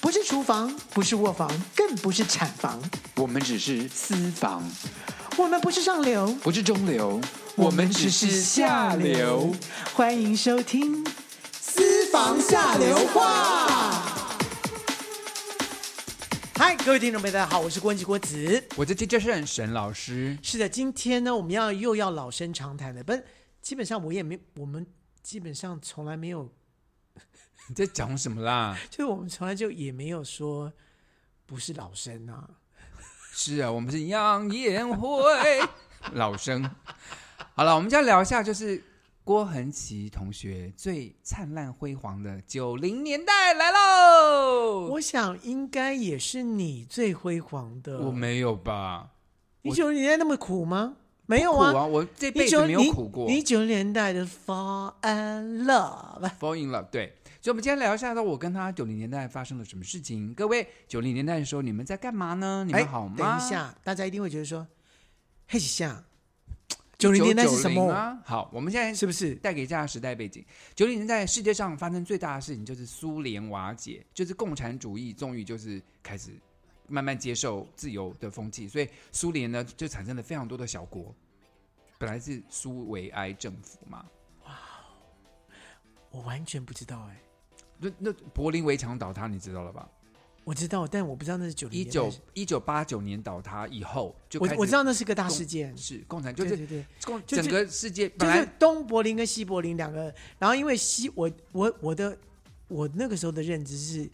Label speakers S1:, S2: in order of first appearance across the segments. S1: 不是厨房，不是卧房，更不是产房，
S2: 我们只是私房，
S1: 我们不是上流，
S2: 不是中流，我们只是下流。。
S1: 欢迎收听《私
S2: 房下流
S1: 话》。嗨，各位听众朋友，大家好，我是郭文琪郭子。
S2: 我这这就是很沈老师，
S1: 是的，今天呢，我们要又要老生常谈了，不，基本上我也没，我们基本上从来没有，
S2: 你在讲什么啦？
S1: 就是我们从来就也没有说不是老生啊。
S2: 是啊，我们是杨宴会 老生。好了，我们就要聊一下，就是郭恒琪同学最灿烂辉煌的九零年代来喽。
S1: 我想应该也是你最辉煌的。
S2: 我没有吧？
S1: 你九零年代那么苦吗？没有
S2: 苦
S1: 啊，
S2: 啊！我这辈
S1: 你
S2: 子
S1: 九
S2: 没有苦过。
S1: 你你九零年代的 Fall in Love，
S2: Fall in love，对。所以，我们今天聊一下，到我跟他九零年代发生了什么事情。各位，九零年代的时候，你们在干嘛呢？你
S1: 哎
S2: 们好吗？
S1: 等一，下，大家一定会觉得说，嘿下，九零年代是什么？
S2: 啊？好，我们现在
S1: 是不是？
S2: 带给大家时代背景。九零年代世界上发生最大的事情就是苏联瓦解，就是共产主义终于就是开始慢慢接受自由的风气，所以苏联呢就产生了非常多的小国。本来是苏维埃政府嘛，
S1: 我完全不知道哎、
S2: 那那柏林围墙倒塌，你知道了吧？
S1: 我知道，但我不知道那是九零
S2: 一
S1: 年代
S2: 九
S1: 是。
S2: 一九八九年倒塌以后就开
S1: 我
S2: 始
S1: 我知道那是个大事件，
S2: 是共产，就
S1: 对对
S2: 是
S1: 对，
S2: 共
S1: 就是
S2: 整个世界本
S1: 就
S2: 来
S1: 是东柏林跟西柏林两个，然后因为西我我我的我那个时候的认知是，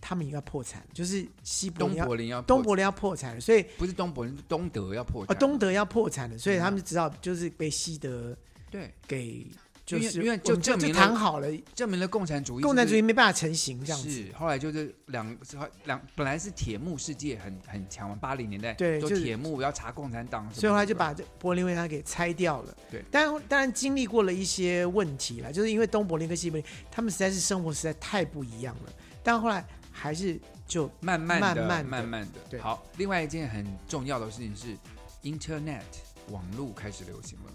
S1: 他们也要破产，就是西柏
S2: 东
S1: 林要
S2: 柏林要
S1: 东
S2: 破
S1: 柏林要破产了，所以
S2: 不是东柏林是东德要破
S1: 啊，
S2: 产，
S1: 东德要破产了，所以他们只好就是被西德
S2: 对
S1: 给就是
S2: 因为因为就
S1: 我们就
S2: 证明
S1: 就
S2: 了
S1: 谈好了，
S2: 证明了共产主义
S1: 共产主
S2: 义
S1: 义没办法成型这样子。
S2: 是后来就是两两本来是铁幕世界很很强嘛，八零年代
S1: 对
S2: 就
S1: 就是
S2: 铁幕要查共产党什么什么，
S1: 所以后来就把这柏林围墙给拆掉了。
S2: 对
S1: 但当然经历过了一些问题啦，就是因为东柏林跟西柏林，他们实在是生活实在太不一样了。但后来还是就
S2: 慢慢的
S1: 慢慢的
S2: 慢慢的
S1: 对
S2: 好。另外一件很重要的事情是，Internet 网络开始流行了。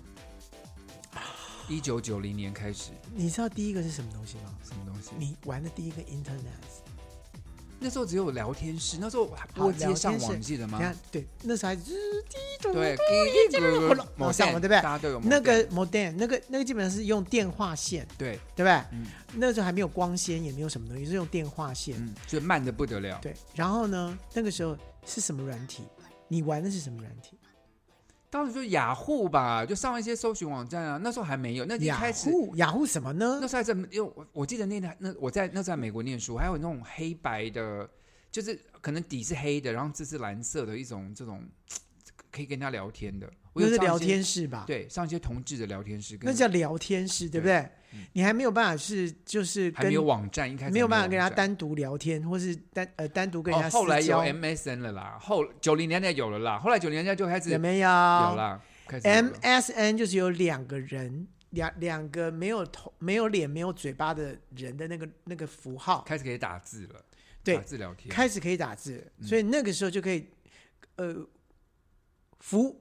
S2: 一九九零年开始，
S1: 你知道第一个是什么东西吗？
S2: 什么东西？
S1: 你玩的第一个 Internet，
S2: 那时候只有聊天室，那时候还拨接上
S1: 聊天
S2: 网，
S1: 室
S2: 你记得吗
S1: 你？看对，那时候还是
S2: 对，
S1: 我上网对不对
S2: 大家都有
S1: 那
S2: modem
S1: 个 modem，那个那个基本上是用电话线，
S2: 对，
S1: 对不对？
S2: 嗯
S1: 那时候还没有光纤，也没有什么东西，是用电话线。
S2: 嗯，就慢的不得了。
S1: 对，然后呢，那个时候是什么软体？你玩的是什么软体？
S2: 当时就雅虎吧，就上一些搜寻网站啊，那时候还没有，那一
S1: 雅
S2: 开始。
S1: 虎，雅虎什么呢
S2: 那？时候还在，因为我我记得那台那我在那时候在美国念书，还有那种黑白的，就是可能底是黑的，然后字是蓝色的一种这种可以跟人家聊天的。我
S1: 那
S2: 有
S1: 是
S2: 上一
S1: 聊
S2: 些，
S1: 天室吧？
S2: 对，上一些同志的聊天室跟，嗯
S1: 那叫聊天室，对不对？你还没有办法是就是
S2: 还
S1: 跟
S2: 没有网站，一开始
S1: 没有办法跟他
S2: 网站
S1: 单独聊天，或是单呃单独跟人家，
S2: 哦后来
S1: 私
S2: 有
S1: 交
S2: MSN 了啦，后九零年代有了啦，后来九零年代就开始
S1: 有没有？
S2: 有啦，开始有了
S1: MSN 就是有两个人，两两个没有头、没有脸、没有嘴巴的人的那个那个符号，
S2: 开始可以打字了，
S1: 对
S2: 打字聊天，
S1: 开始可以打字，
S2: 嗯
S1: 所以那个时候就可以，呃，福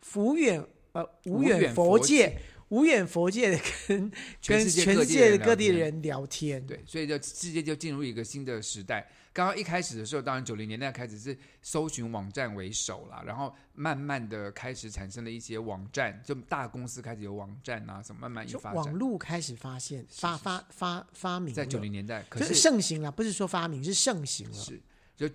S1: 福远呃无
S2: 无
S1: 远
S2: 远
S1: 佛
S2: 佛
S1: 界。无远佛界的跟
S2: 全
S1: 跟
S2: 世界
S1: 全
S2: 各
S1: 世
S2: 地
S1: 界的
S2: 人聊
S1: 各地的
S2: 天
S1: 人聊天，
S2: 对，所以就世界就进入一个新的时代。刚刚一开始的时候，当然九零年代开始是搜寻网站为首啦，然后慢慢的开始产生了一些网站，就大公司开始有网站啊什么，慢慢一
S1: 就
S2: 发
S1: 网
S2: 展。
S1: 络开始发现发发发发明
S2: 在
S1: 了
S2: 九零年代，可
S1: 就是是盛行了，不是说发明是盛行了。
S2: 是就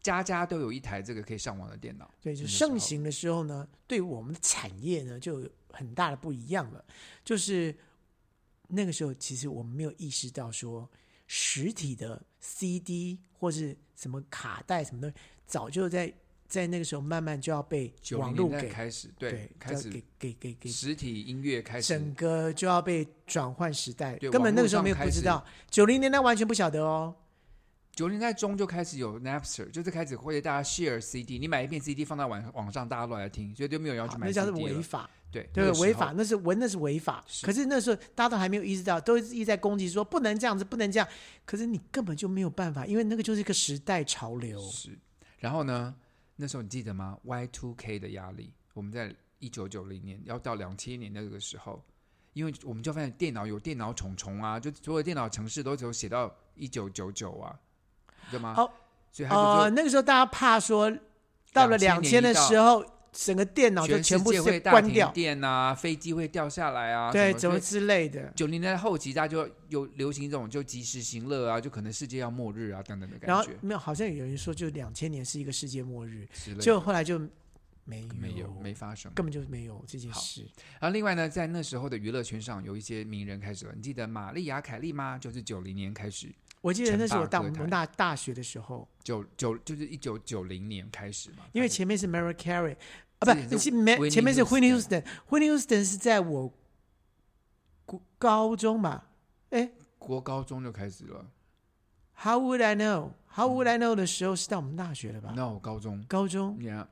S2: 家家都有一台这个可以上网的电脑。
S1: 对，就
S2: 那时
S1: 盛
S2: 候
S1: 行的时候呢，对我们的产业呢就有很大的不一样了。就是那个时候，其实我们没有意识到说，实体的 CD 或是什么卡带什么东西，早就在在那个时候慢慢就要被
S2: 九
S1: 网
S2: 零
S1: 络
S2: 年代
S1: 给
S2: 开始，
S1: 对
S2: 对，，开
S1: 要
S2: 始
S1: 给给给给
S2: 实体音乐开始
S1: 整个就要被转换时代，
S2: 对
S1: 根本
S2: 网
S1: 那
S2: 络
S1: 个时候
S2: 上
S1: 没有
S2: 开
S1: 不知
S2: 始
S1: 道，九零年代完全不晓得哦。
S2: 九零年代中就开始有 Napster，就是开始会大家 share CD，你买一片 CD 放到网网上，大家都来听，所以就没有人要
S1: 好
S2: 去买
S1: 啊那
S2: CD
S1: 叫
S2: 了。
S1: 做违法，
S2: 对
S1: 对
S2: 那
S1: 不
S2: 个
S1: 对？
S2: 时候
S1: 违法那是文，那是违法。
S2: 是
S1: 可是那时候大家都还没有意识到，都一直在攻击说不能这样子，不能这样。可是你根本就没有办法，因为那个就是一个时代潮流。
S2: 是。然后呢，那时候你记得吗？Y two K 的压力，我们在一九九零年要到两千年那个时候，因为我们就发现电脑有电脑虫虫啊，就所有电脑城市都只有写到一九九九啊，对吗？
S1: 哦，
S2: 所以他
S1: 呃，
S2: 就
S1: 那个时候大家怕说，到了两
S2: 2000
S1: 千的时候，整个电脑
S2: 说
S1: 就
S2: 全
S1: 全
S2: 世
S1: 部
S2: 界
S1: 是
S2: 会大
S1: 关
S2: 停
S1: 掉，
S2: 电啊，飞机会掉下来啊，
S1: 对，
S2: 什
S1: 怎
S2: 么
S1: 么之类的。
S2: 九零年代后期，大家就有流行这种就及时行乐啊，就可能世界要末日啊等等的
S1: 然
S2: 感
S1: 后
S2: 觉
S1: 没有，好像有人说，就两千年是一个世界末日，
S2: 之类的，
S1: 就后来就没有，
S2: 没有没发生。
S1: 根本就没有这件
S2: 好
S1: 事。
S2: 然后另外呢，在那时候的娱乐圈上，有一些名人开始了。你记得玛丽亚·凯莉吗？就是九零年开始，
S1: 我记得那是我大我
S2: 称霸歌坛
S1: 们大大学的时候，
S2: 九九就是一九九零年开始嘛。
S1: 因为
S2: 她
S1: 前面是 Mary Carey，啊，
S2: 之
S1: 不
S2: 前哎是
S1: 是没
S2: Whitney
S1: 前面是 Whitney
S2: Houston
S1: Houston，Whitney Houston 是在我古高中嘛？哎
S2: 是国高中就开始了。
S1: ，How would I know？How would I know 的时候是到我们大学了吧？
S2: 那我高中，
S1: 高中
S2: 你看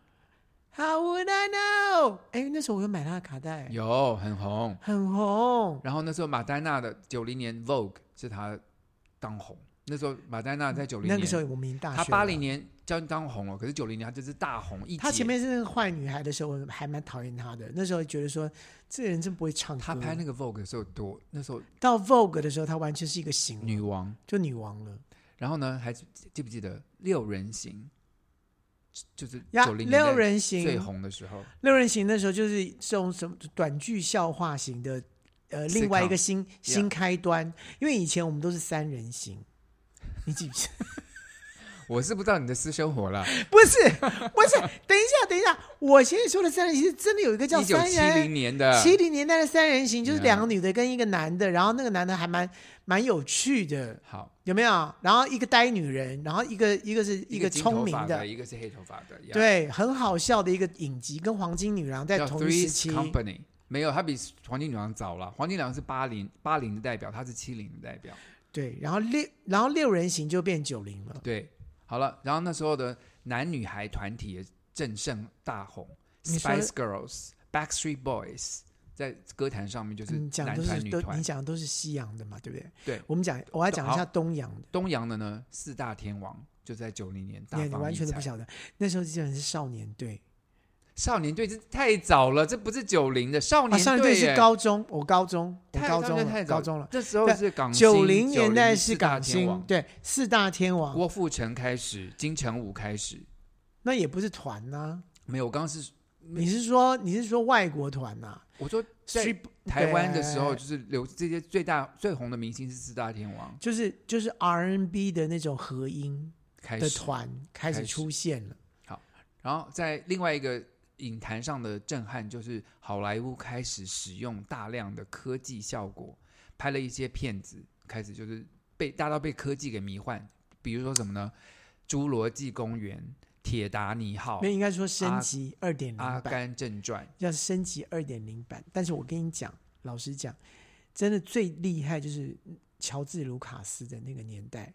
S1: How would I know？哎，那时候我有买他的卡带，
S2: 有很红。
S1: 很红。
S2: 然后那时候马丹娜的九零年 Vogue 是她当红。那时候马丹娜在九零
S1: 那
S2: 年，
S1: 个时候我们已经大学
S2: 她
S1: 了，
S2: 八零年将当红了，可是九零年她就是大红一姐。
S1: 她前面是那个坏女孩的时候，我还蛮讨厌她的。那时候觉得说，这个人真不会唱歌。
S2: 她拍那个 Vogue 的时候多，那时候
S1: 到 Vogue 的时候，她完全是一个型
S2: 女王。
S1: 就女王了。
S2: 然后呢，还记记不记得六人行？就是
S1: 呀，
S2: 九零年
S1: 六
S2: 代
S1: 人
S2: 最
S1: 行，
S2: 红的时候，
S1: 六人行那时候就是这种什么短剧笑话型的，呃，另外一个新新开端。因为以前我们都是三人行，你记不记？
S2: 我是不知道你的私生活了。
S1: 不是，不是，等一下，等一下，我现在说的三人行是真的有一个叫
S2: 一九
S1: 三
S2: 七
S1: 人。
S2: 零年的，
S1: 七零年代的三人行就是
S2: Yeah
S1: 两个女的跟一个男的，然后那个男的还蛮蛮有趣的，
S2: 好，
S1: 有没有？然后一个呆女人，然后一个一个是一
S2: 个
S1: 个
S2: 金
S1: 聪
S2: 头
S1: 明
S2: 发
S1: 的，
S2: 一个是黑头发的，呀
S1: 对，很好笑的一个影集，跟黄金女郎在
S2: 叫
S1: 同一
S2: Three
S1: 时期。
S2: Company。没有，他比黄金女郎早了。黄金女郎是八零八零的代表，她是七零的代表。
S1: 对，然后六，然后六人行就变九零了。
S2: 对，好了，然后那时候的男女孩团体也正盛大红
S1: 你说
S2: ，Spice Girls、Backstreet Boys 在歌坛上面就是
S1: 你嗯讲
S2: 男
S1: 都
S2: 团
S1: 是
S2: 女
S1: 都，
S2: 团
S1: 你。讲的都是西洋的嘛，对不对？
S2: 对
S1: 我们讲，我要讲一下东洋的。
S2: 东洋的呢，四大天王就在九零年大
S1: 你
S2: 放
S1: 你完全
S2: 异
S1: 都
S2: 彩
S1: 不晓得，那时候基本是少年队，
S2: 少年队这太早了，这不是九零的少
S1: 啊，
S2: 年
S1: 少年
S2: 队
S1: 队是
S2: 耶
S1: 高中，我高中，我
S2: 太
S1: 高
S2: 少
S1: 中
S2: 年
S1: 了，
S2: 太早
S1: 高中了。
S2: 这时候
S1: 对
S2: 是港
S1: 九
S2: 零
S1: 零年代是港
S2: 星
S1: 星，，对，四大天王，
S2: 郭富城开始，金城武开始。
S1: 那也不是团呐、
S2: 没有，我刚刚是
S1: 你是说你是说外国团呐、
S2: 我说在
S1: Street-
S2: 台湾的时候，
S1: 对
S2: 就是流这些最大最红的明星是四大天王
S1: 就是就是 R N B 的那种合音
S2: 开
S1: 的
S2: 始，
S1: 团开
S2: 开
S1: 始
S2: 始
S1: 出现了。
S2: 然后在另外一个影坛上的震撼，就是好莱坞开始使用大量的科技效果，拍了一些片子，开始就是被大到被科技给迷幻。比如说什么呢？《侏罗纪公园》《铁达尼号
S1: 那》《应该说
S2: 哦阿
S1: 升级二点
S2: 阿
S1: 零版，
S2: 甘正传》。
S1: 要升级二点零版。但是我跟你讲，老实讲，真的最厉害就是乔治卢卡斯的那个年代，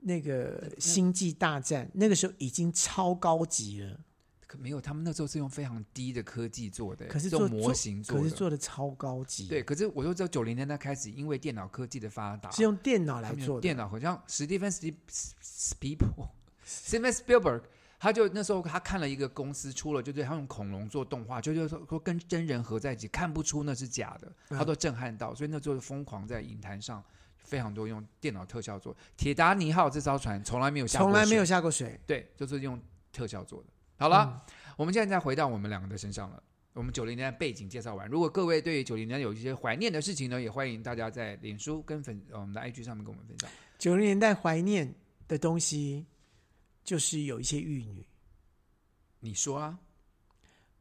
S1: 那个《星际大战》那个时候已经超高级了，
S2: 可没有，他们那时候是用非常低的科技做的，
S1: 可是
S2: 这
S1: 做
S2: 种模型做
S1: 可
S2: 的。
S1: 是做的超高级，
S2: 对，，可是我就知道九零年代开始，因为电脑科技的发达，
S1: 是啊用电脑
S2: 他
S1: 来
S2: 们用
S1: 做的。
S2: 电脑好像史蒂芬史蒂史蒂普 史蒂芬 Spielberg，他就那时候他看了一个公司出了，就是他用恐龙做动画，就就是说说跟真人合在一起，看不出那是假的，
S1: 嗯
S2: 他都震撼到，所以那时候疯狂在影坛上非常多用电脑特效做。铁达尼号这艘船从来没有下过
S1: 从来没
S2: 水
S1: 有下过水。
S2: 对，就是用特效做的。好了，
S1: 嗯
S2: 我们现在再回到我们两个的身上了。我们九零年代背景介绍完，如果各位对九零年代有一些怀念的事情呢，也欢迎大家在脸书跟粉呃我们的 IG 上面跟我们分享。
S1: 九零年代怀念的东西，就是有一些玉女，
S2: 你说啊，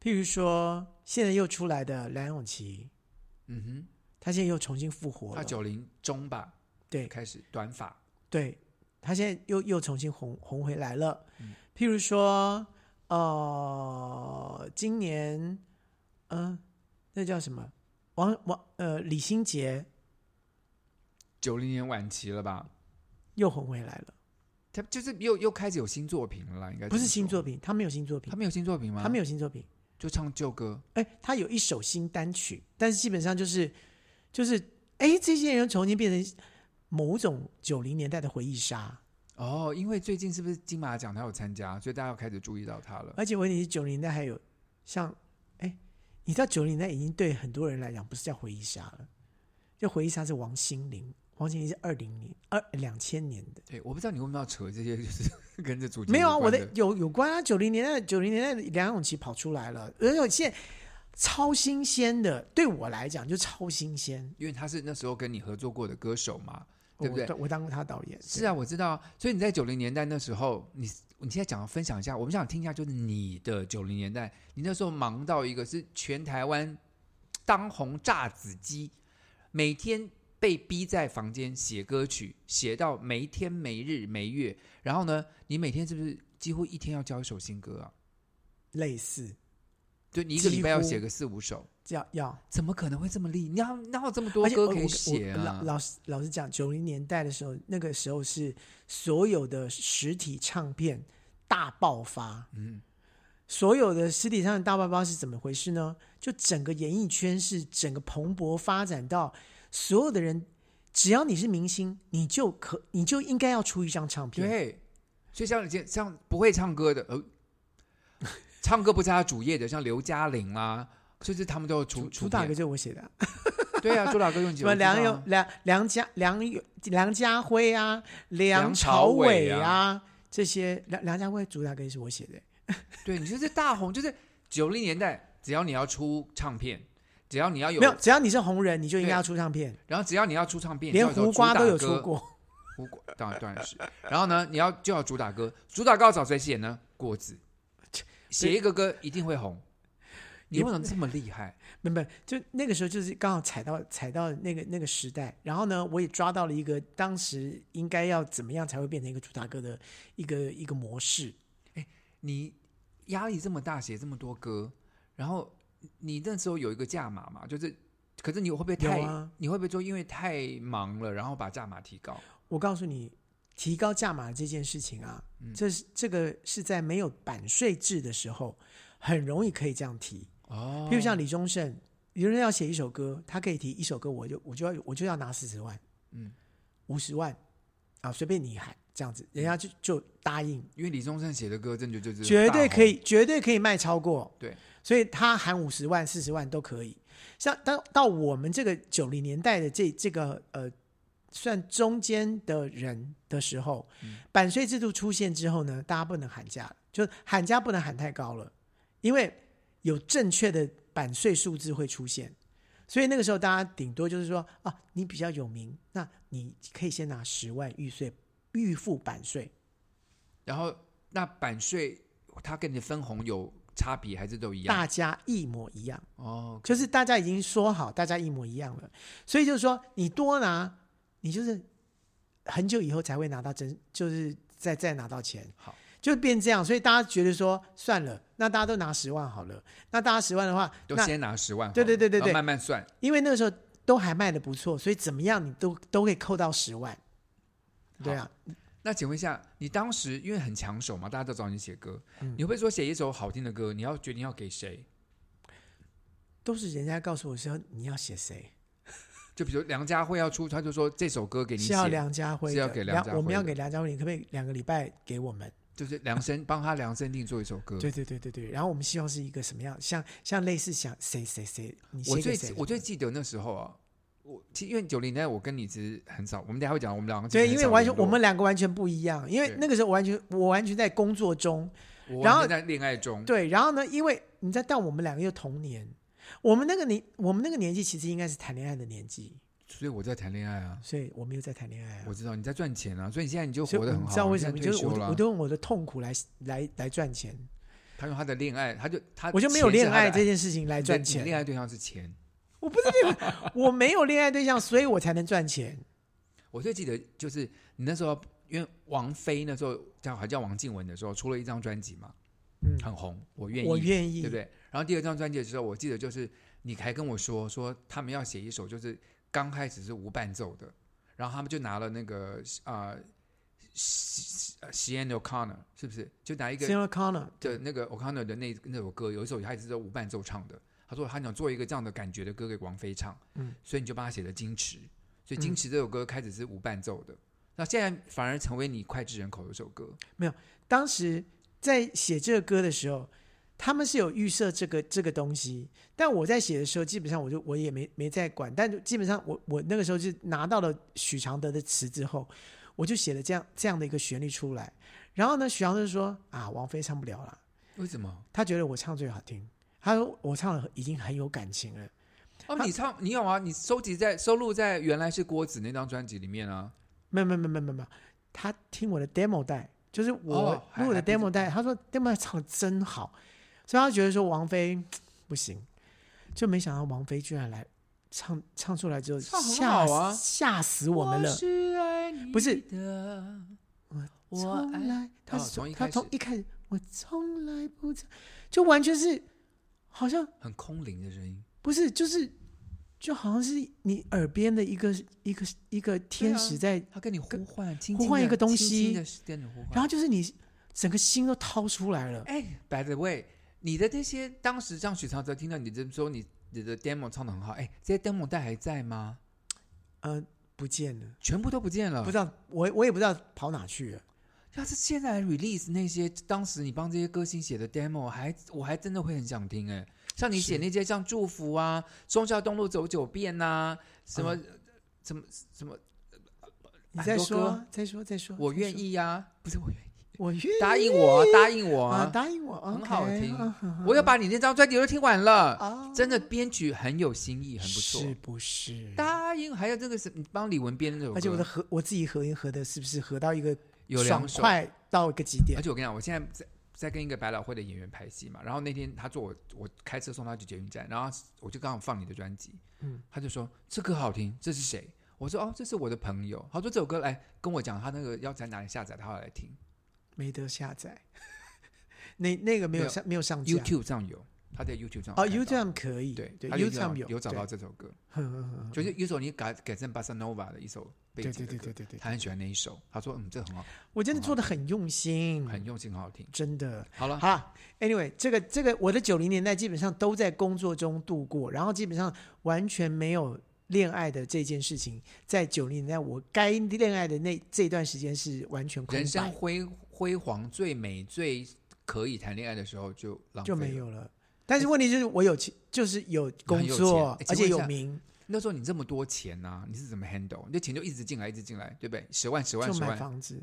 S1: 譬如说现在又出来的梁咏琪，
S2: 嗯
S1: 她现在又重新复活
S2: 哼，他
S1: 了，
S2: 九零中吧
S1: 对
S2: 开始短发，
S1: 对，她现在又又重新红红回来了。
S2: 嗯
S1: 譬如说，呃，今年，嗯、那叫什么？王王呃，李心洁
S2: 九零年晚期了吧？
S1: 又红回来了，
S2: 他就是又又开始有新作品了啦，应该
S1: 不是
S2: 这
S1: 新
S2: 么说
S1: 作，品，她没有新作品
S2: 他，没有新作品吗？
S1: 她没
S2: 有，
S1: 有新作品。
S2: 就唱旧歌。
S1: 哎，他有一首新单曲，但是基本上就是就是哎，这些人重新变成某种九零年代的回忆杀，
S2: 哦，因为最近是不是金马奖他有参加，所以大家要开始注意到他了。
S1: 而且问题是九零年代还有像哎，你知道九零年代已经对很多人来讲不是叫回忆杀了，就回忆杀是王心凌黄绮玲是二零年二两千年的，
S2: 对，我不知道你为什么要扯这些，就是 跟这主题
S1: 没有啊，
S2: 无
S1: 我
S2: 关
S1: 的有有关啊，九零年代九零年代梁咏琪跑出来了，而且现在超新鲜的，对我来讲就超新鲜，
S2: 因为他是那时候跟你合作过的歌手嘛，对不对
S1: 我我当过他导演，
S2: 是啊，我知道。所以你在九零年代那时候，你你现在讲分享一下，我们想听一下，就是你的九零年代，你那时候忙到一个是全台湾当红炸子鸡，每天被逼在房间写歌曲，写到没天没日没月。然后呢，你每天是不是几乎一天要交一首新歌啊？
S1: 对类似
S2: 就你一个礼拜要
S1: 几乎
S2: 写个四五首，
S1: 这样要。
S2: 怎么可能会这么厉？你要哪有这么多
S1: 而且呃
S2: 歌
S1: 我
S2: 可以
S1: 我
S2: 写
S1: 我
S2: 啊
S1: 老？老实老实讲，九零年代的时候，那个时候是所有的实体唱片大爆发。
S2: 嗯，
S1: 所有的实体上的大爆发是怎么回事呢？就整个演艺圈是整个蓬勃发展到所有的人，只要你是明星，你就可你就应该要出一张唱片。
S2: 对，所以像像像不会唱歌的，呃，唱歌不是他主业的，像刘嘉玲啦、就是他们都有出
S1: 主
S2: 出
S1: 主打歌
S2: 片
S1: 就是我写的啊、
S2: 对啊，主打歌 用几
S1: 什么梁
S2: 有
S1: 咏、梁梁家梁咏梁家辉啊，梁朝
S2: 朝伟
S1: 伟
S2: 啊
S1: 啊，这些梁梁家辉主打歌也是我写的。
S2: 对你就是大红，就是九零年代，只要你要出唱片，只要你要有
S1: 没有，，只要你是红人，你就应该
S2: 对
S1: 要出唱片，
S2: 然后只要你要出唱片，
S1: 连
S2: 就要
S1: 胡瓜
S2: 主打
S1: 都有
S2: 歌
S1: 出，过。
S2: 胡瓜呃当然当然是。然后呢，你要就要主打歌，主打歌要找谁写呢？果子写一个歌一定会红。你
S1: 也
S2: 为什么这么厉害？
S1: 没有没有，就那个时候就是刚好踩到踩到那个那个时代，然后呢，我也抓到了一个当时应该要怎么样才会变成一个主打歌的一个一个模式。
S2: 你压力这么大，写这么多歌，然后你那时候有一个价码嘛，就是，可是你会不会太，
S1: 有啊
S2: 你会不会就因为太忙了，然后把价码提高？
S1: 我告诉你，提高价码这件事情啊，
S2: 嗯
S1: 这是这个是在没有版税制的时候，很容易可以这样提。
S2: 哦
S1: 譬如像李宗盛，李宗盛要写一首歌，他可以提一首歌，我就我就要我就要拿四十万，
S2: 嗯，
S1: 五十万啊，随便你喊这样子，人家就就答应，
S2: 因为李宗盛写的歌，真的就是
S1: 绝对
S2: 大
S1: 可
S2: 红，
S1: 以，绝对可以卖超过。
S2: 对，
S1: 所以他喊五十万、四十万都可以。像到到我们这个九零年代的这这个呃，算中间的人的时候，
S2: 嗯
S1: 版税制度出现之后呢，大家不能喊价了，就喊价不能喊太高了，因为有正确的版税数字会出现。所以那个时候，大家顶多就是说啊，你比较有名，那你可以先拿十万预税预付版税，
S2: 然后那版税它跟你的分红有差别还是都一样？
S1: 大家一模一样。
S2: 哦，
S1: 就是大家已经说好，大家一模一样了，所以就是说你多拿，你就是很久以后才会拿到真，就是再再拿到钱，
S2: 好，
S1: 就变这样。所以大家觉得说算了，那大家都拿十万好了，那大家十万的话，
S2: 都
S1: 那
S2: 先拿十万好了，
S1: 对对对对
S2: 然后
S1: 对
S2: 慢慢算，
S1: 因为那个时候都还卖的不错，所以怎么样你都都可以扣到十万，对啊，
S2: 那请问一下，你当时因为很抢手嘛，大家都找你写歌，
S1: 嗯
S2: 你会不会说写一首好听的歌，你要决定要给谁？
S1: 都是人家告诉我说你要写谁，
S2: 就比如梁家辉要出，他就说这首歌给你
S1: 是
S2: 写，
S1: 要梁家辉的，
S2: 是要给梁家辉的
S1: 我们要给梁家辉，你可不可以两个礼拜给我们？
S2: 就是量身帮他量身定做一首歌。
S1: 对对对对对，然后我们希望是一个什么样，像像类似像谁谁谁，你
S2: 我
S1: 写给
S2: 最
S1: 谁的？
S2: 我最记得那时候啊，我其实因为九零年代我跟你其实很少，我们等一下会讲我们两个其实
S1: 对，
S2: 很
S1: 因
S2: 少
S1: 为完全
S2: 联络
S1: 我们两个完全不一样，因为
S2: 对
S1: 那个时候完全我完全在工作中，
S2: 我
S1: 然后
S2: 完全在恋爱中，
S1: 对，然后呢，因为你知道，但我们两个又同年，我们那个年我们那个年纪其实应该是谈恋爱的年纪，
S2: 所以我在谈恋爱啊。
S1: 所以我没有在谈恋爱啊
S2: 我。知道你在赚钱啊，所以你现在你就
S1: 所
S2: 活
S1: 以
S2: 得很
S1: 你
S2: 好。
S1: 知道为什么？
S2: 你现
S1: 就
S2: 在退
S1: 是
S2: 休
S1: 我
S2: 了啊
S1: 我都用我的痛苦来来来赚钱，
S2: 他用他的恋爱，他就他
S1: 我就没有
S2: 钱是
S1: 恋
S2: 他的
S1: 爱这件事情来
S2: 你的
S1: 赚
S2: 你
S1: 钱。
S2: 恋爱对象是钱。
S1: 我不是恋爱， 我没有恋爱对象，所以我才能赚钱。
S2: 我最记得就是你那时候，因为王菲那时候叫还叫王静雯的时候，出了一张专辑嘛，
S1: 嗯
S2: 很红，我愿意，
S1: 我愿意，
S2: 对不对？然后第二张专辑的时候，我记得就是你还跟我说说他们要写一首，就是刚开始是无伴奏的，然后他们就拿了那个啊。西安 O'Connor 是不是就拿一个
S1: s a r a Connor，
S2: 的那个 O'Connor 的那那首歌，有一首他也是这无伴奏唱的。他说他想做一个这样的感觉的歌给王菲唱，
S1: 嗯，
S2: 所以你就帮他写了《矜持》，所以《矜持》这首歌开始是无伴奏的，那现在反而成为你脍炙人口的一首歌。
S1: 当时在写这个歌的时候，他们是有预设这个这个东西，但我在写的时候，基本上我就我也没没在管，但基本上我我那个时候是拿到了许常德的词之后，我就写了这样这样的一个旋律出来。然后呢，许常德说啊，王菲唱不了啦，
S2: 为什么？
S1: 他觉得我唱最好听，他说我唱的已经很有感情了。
S2: 哦，
S1: 他
S2: 你唱你有啊？你收集在收录在原来是郭子那张专辑里面啊。
S1: 没有没有没有没有没有没有，他听我的 demo 带，就是我
S2: 哦还
S1: 录的
S2: 还不知
S1: demo 带，他说 demo 带唱的真好，所以他觉得说王菲不行，就没想到王菲居然来唱唱出来之后
S2: 唱很
S1: 吓
S2: 好啊
S1: 死吓死我们了。
S2: 是爱你
S1: 不是
S2: 的，我
S1: 从
S2: 爱
S1: 来他
S2: 哦
S1: 是
S2: 从一
S1: 他
S2: 开
S1: 从
S2: 始
S1: 一开始我从来不曾，就完全是好像
S2: 很空灵的声音。
S1: 不是就是。就好像是你耳边的一个一个一个天
S2: 啊
S1: 使在
S2: 他跟你呼唤，轻轻
S1: 呼唤
S2: 地
S1: 一个东
S2: 轻轻
S1: 西
S2: 地跟你呼唤。
S1: 然后就是你整个心都掏出来了，
S2: 哎，by the way，你的这些当时让许常哲听到你这么说，你你的 demo 唱的很好，哎，这些 demo 带还在吗？
S1: 呃，不见了，
S2: 全部都不见了。
S1: 不知道我我也不知道跑哪去了。
S2: 要是现在 release 那些当时你帮这些歌星写的 demo，还我还真的会很想听哎、像你写
S1: 是
S2: 那些像祝福啊、忠孝东路走九遍呐、什么、
S1: 嗯
S2: 什么什么，
S1: 你再
S2: 很多
S1: 说，再说，再说，
S2: 我
S1: 再
S2: 愿
S1: 说，
S2: 意呀、不是我愿意，
S1: 我愿
S2: 答应我，答应
S1: 我
S2: 我
S1: 啊，
S2: 啊，
S1: 答应我，
S2: 很好
S1: OK，
S2: 听
S1: 啊
S2: 我要把你那张专辑都听完了，
S1: 啊，
S2: 真的编曲很有新意，很不错。
S1: 是不是？
S2: 答应，还有这个是你帮李玟编的那首歌，
S1: 而且我的合我自己合音合的是不是合到一个
S2: 有
S1: 爽
S2: 两首，
S1: 快到一个极点
S2: 而？且我跟你讲，我现在在在跟一个百老汇的演员拍戏嘛，然后那天他坐我我开车送他去捷运站，然后我就刚好放你的专辑，
S1: 嗯，
S2: 他就说这歌好听，这是谁？我说哦，这是我的朋友。他说这首歌来跟我讲，他那个要在哪里下载，他要来听
S1: 没得下载，那那个没
S2: 没
S1: 有
S2: 有
S1: 上没有上架
S2: ，YouTube 上有，他在 YouTube 上
S1: 哦
S2: 有看到
S1: ，YouTube 可以，
S2: 对
S1: 对
S2: 他
S1: ，YouTube
S2: 上
S1: 有
S2: 有找
S1: 对
S2: 到这首歌，
S1: 哼哼哼哼
S2: 就是有一首你改改成 Bossa Nova 的一首背
S1: 对对
S2: 景的
S1: 对
S2: 歌
S1: 对对对，
S2: 他很喜欢那一首，他说嗯，这很好，
S1: 我真的做的很用心，
S2: 很用心，很好听。
S1: 真的。
S2: 好了，
S1: 好啦 a n y w a y 这个这个我的九零年代基本上都在工作中度过，然后基本上完全没有恋爱的这件事情，在九零年代我该恋爱的那这段时间是完全空
S2: 人生
S1: 白，
S2: 辉辉煌、最美、最可以谈恋爱的时候就浪费
S1: 就
S2: 了
S1: 没有了。但是问题就是我有钱，就是有工作，
S2: 很有钱哎
S1: 而且
S2: 请问一下
S1: 有名，
S2: 那时候你这么多钱呐、你是怎么 handle？你的钱就一直进来，一直进来，对不对？十万、十万、
S1: 就
S2: 十
S1: 买
S2: 万，
S1: 房子，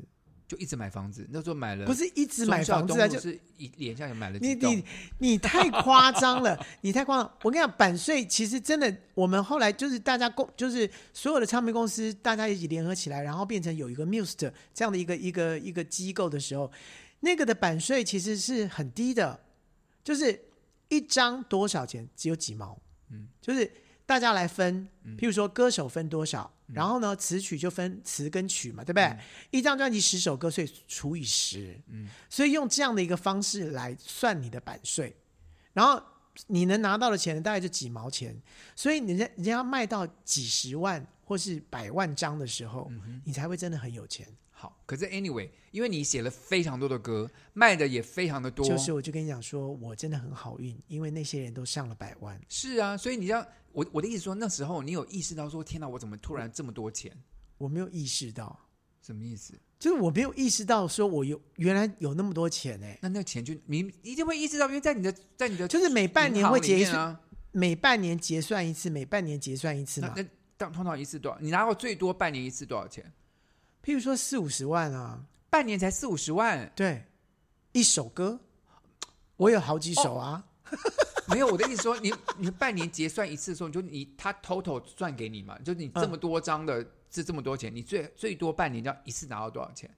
S2: 就一直买房子。那时候买了，
S1: 不是一直买房子啊，就是
S2: 一连下也买了
S1: 你
S2: 几栋
S1: 你。你太夸张了，你太夸张！我跟你讲，版税其实真的，我们后来就是大家共，就是所有的唱片公司大家一起联合起来，然后变成有一个 Must 这样的一个一个一个机构的时候，那个的版税其实是很低的，就是一张多少钱，只有几毛，嗯，就是大家来分，譬如说歌手分多少，然后呢词曲就分词跟曲嘛，对不对？一张专辑十首歌，所以除以十，嗯，所以用这样的一个方式来算你的版税，然后你能拿到的钱大概就几毛钱，所以人家人家卖到几十万或是百万张的时候，
S2: 嗯
S1: 你才会真的很有钱。
S2: 好，可是 anyway，因为你写了非常多的歌，卖的也非常的多，
S1: 就是我就跟你讲说，我真的很好运，因为那些人都上了百万，
S2: 是啊，所以你像我我的意思说，那时候你有意识到说，天哪，我怎么突然这么多钱？
S1: 我没有意识到，
S2: 什么意思？
S1: 就是我没有意识到说我有原来有那么多钱哎、
S2: 那那钱就你一定会意识到，因为在你的在你的
S1: 就是每半年
S2: 银行
S1: 会
S2: 里
S1: 结一
S2: 面
S1: 次，
S2: 啊，
S1: 每半年结算一次，每半年结算一次
S2: 那
S1: 嘛。
S2: 那当通常一次多少？你拿过最多半年一次多少钱？
S1: 譬如说四五十万啊，
S2: 半年才四五十万，
S1: 对，一首歌，我有好几首啊，
S2: 没有，我的意思说，你 你半年结算一次的时候，你就你他 total 算给你嘛，就你这么多张的是这么多钱，你最最多半年要一次拿到多少钱？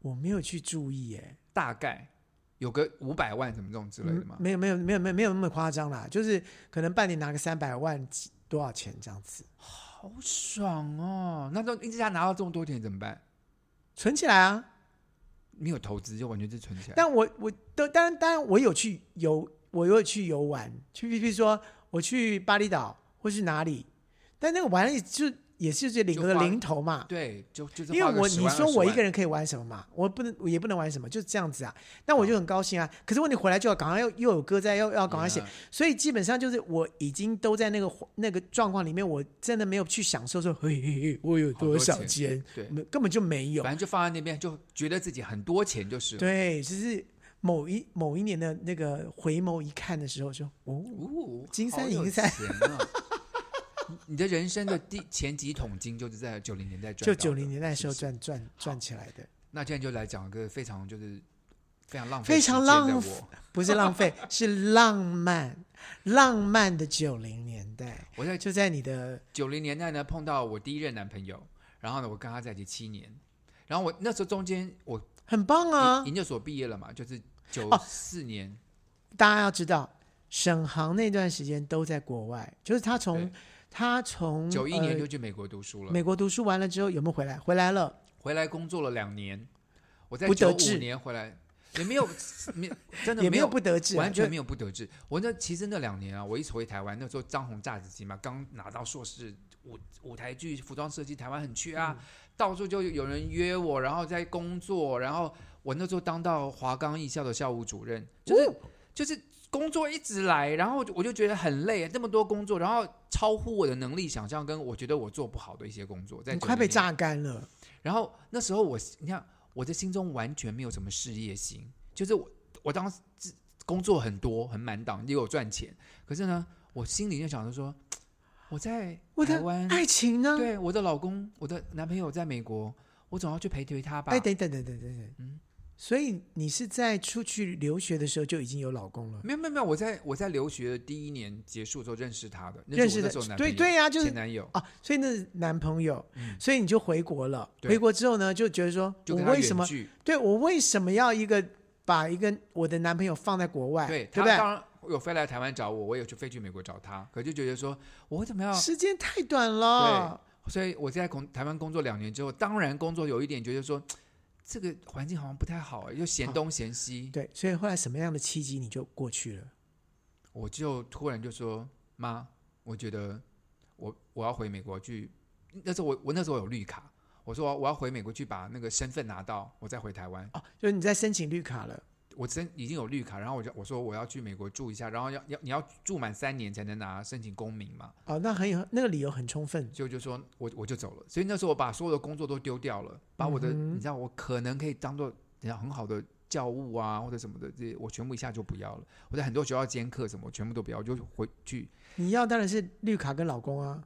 S1: 我没有去注意哎、
S2: 大概有个五百万什么这种之类的
S1: 嗯
S2: 嘛。
S1: 没有没有没有没有没有那么夸张啦，就是可能半年拿个三百万几多少钱这样子，
S2: 好爽哦！那时候一直下拿到这么多钱怎么办？
S1: 存起来啊。
S2: 没有投资就完全是存起来。
S1: 但我我都当然当然我有去游，我有去游玩，去譬如说我去巴厘岛或是哪里，但那个玩也就也是这领个
S2: 就花
S1: 零头嘛。
S2: 对，就就是
S1: 因为
S2: 花个
S1: 我
S2: 10
S1: 你
S2: 万
S1: 说我一个
S2: 20万
S1: 人可以玩什么嘛？我不能，我也不能玩什么，就是这样子啊。那我就很高兴啊。可是问题回来就要赶快又又有歌在，又要赶快
S2: 嗯啊
S1: 写，所以基本上就是我已经都在那个那个状况里面，我真的没有去享受说，嘿嘿嘿，我有多少
S2: 好多
S1: 钱？
S2: 对，
S1: 没根本就没有
S2: 反。正就放在那边，就觉得自己很多钱就是了。
S1: 对，就是某一某一年的那个回眸一看的时候说，哦，
S2: 哦，
S1: 金山
S2: 好有
S1: 银山
S2: 钱啊 你你的人生的第前几桶金就是在九零年代赚
S1: 就
S2: 到
S1: 九
S2: 的
S1: 零年代的时候
S2: 是不是
S1: 赚赚赚起来的，
S2: 那现在就来讲一个非常就是非常浪费
S1: 非
S2: 时
S1: 常
S2: 间
S1: 浪
S2: 的
S1: 费
S2: 我，
S1: 不是浪 费，是浪漫，浪漫的九零年代，
S2: 我在
S1: 就在你的
S2: 九零年代呢碰到我第一任男朋友，然后呢我跟他在一起七年，然后我那时候中间我
S1: 很棒啊！
S2: 研究所毕业了嘛，就是九四年，
S1: 大家要知道，沈航那段时间都在国外，就是他从
S2: 对
S1: 他从
S2: 九一年
S1: 呃
S2: 就去美国读书了，
S1: 美国读书完了之后有没有回来？回来了，
S2: 回来工作了两年，我在
S1: 不
S2: 九
S1: 得
S2: 五
S1: 志
S2: 年回来也没有没真的
S1: 也没
S2: 没
S1: 有不得志啊，
S2: 完全没
S1: 有。
S2: 有不得志。我那其实那两年啊，我一回台湾，那时候张红炸子鸡嘛，刚拿到硕士，舞舞台剧、服装设计，台湾很缺啊，
S1: 嗯
S2: 到处就有人约我，然后在工作，然后我那时候当到华冈艺校的校务主任，
S1: 哦
S2: 就是、就是工作一直来，然后我就觉得很累，这么多工作，然后超乎我的能力想象，跟我觉得我做不好的一些工作，在
S1: 你快被
S2: 90年代
S1: 榨干了，
S2: 然后那时候我，你看我的心中完全没有什么事业心，就是我我当时工作很多很满档，也有赚钱，可是呢，我心里就想着说，我在
S1: 我
S2: 台
S1: 的
S2: 湾，
S1: 爱情啊呢？
S2: 对啊我的老公，我的男朋友在美国，我总要去陪陪他吧。
S1: 哎，等等等等等等，
S2: 嗯
S1: 所以你是在出去留学的时候就已经有老公了，
S2: 没有没有没有，我在我在留学的第一年结束之后认识他的，那
S1: 认识
S2: 是我那
S1: 的
S2: 时候男，朋
S1: 对
S2: 友
S1: 对呀、就是
S2: 前男友，
S1: 啊，所以那是男朋友，
S2: 嗯
S1: 所以你就回国了。
S2: 对
S1: 回国之后呢，就觉得说，
S2: 就
S1: 我
S2: 跟他
S1: 为什
S2: 远
S1: 么
S2: 距，
S1: 对我为什么要一个把一个我的男朋友放在国外，
S2: 对
S1: 不
S2: 他
S1: 哎对？
S2: 当然有飞来台湾找我，我也去飞去美国找他，可就觉得说我为什么要
S1: 时间太短了，
S2: 所以我在工台湾工作两年之后，当然工作有一点觉得说，这个环境好像不太好、欸，就嫌东嫌西。
S1: 对，所以后来什么样的契机你就过去了？
S2: 我就突然就说：“妈，我觉得我我要回美国去。”那时候我我那时候有绿卡，我说我要回美国去把那个身份拿到，我再回台湾。
S1: 哦，就是你在申请绿卡了，
S2: 我真已经有绿卡，然后我就我说我要去美国住一下，然后要要你要住满三年才能拿申请公民嘛。
S1: 哦，那很有那个理由很充分，
S2: 所以我就说我我就走了。所以那时候我把所有的工作都丢掉了，把我的、
S1: 嗯
S2: 你知道我可能可以当做你知道很好的教务啊或者什么的这些，我全部一下就不要了。我在很多学校兼课什么，我全部都不要，我就回去。
S1: 你要当然是绿卡跟老公啊，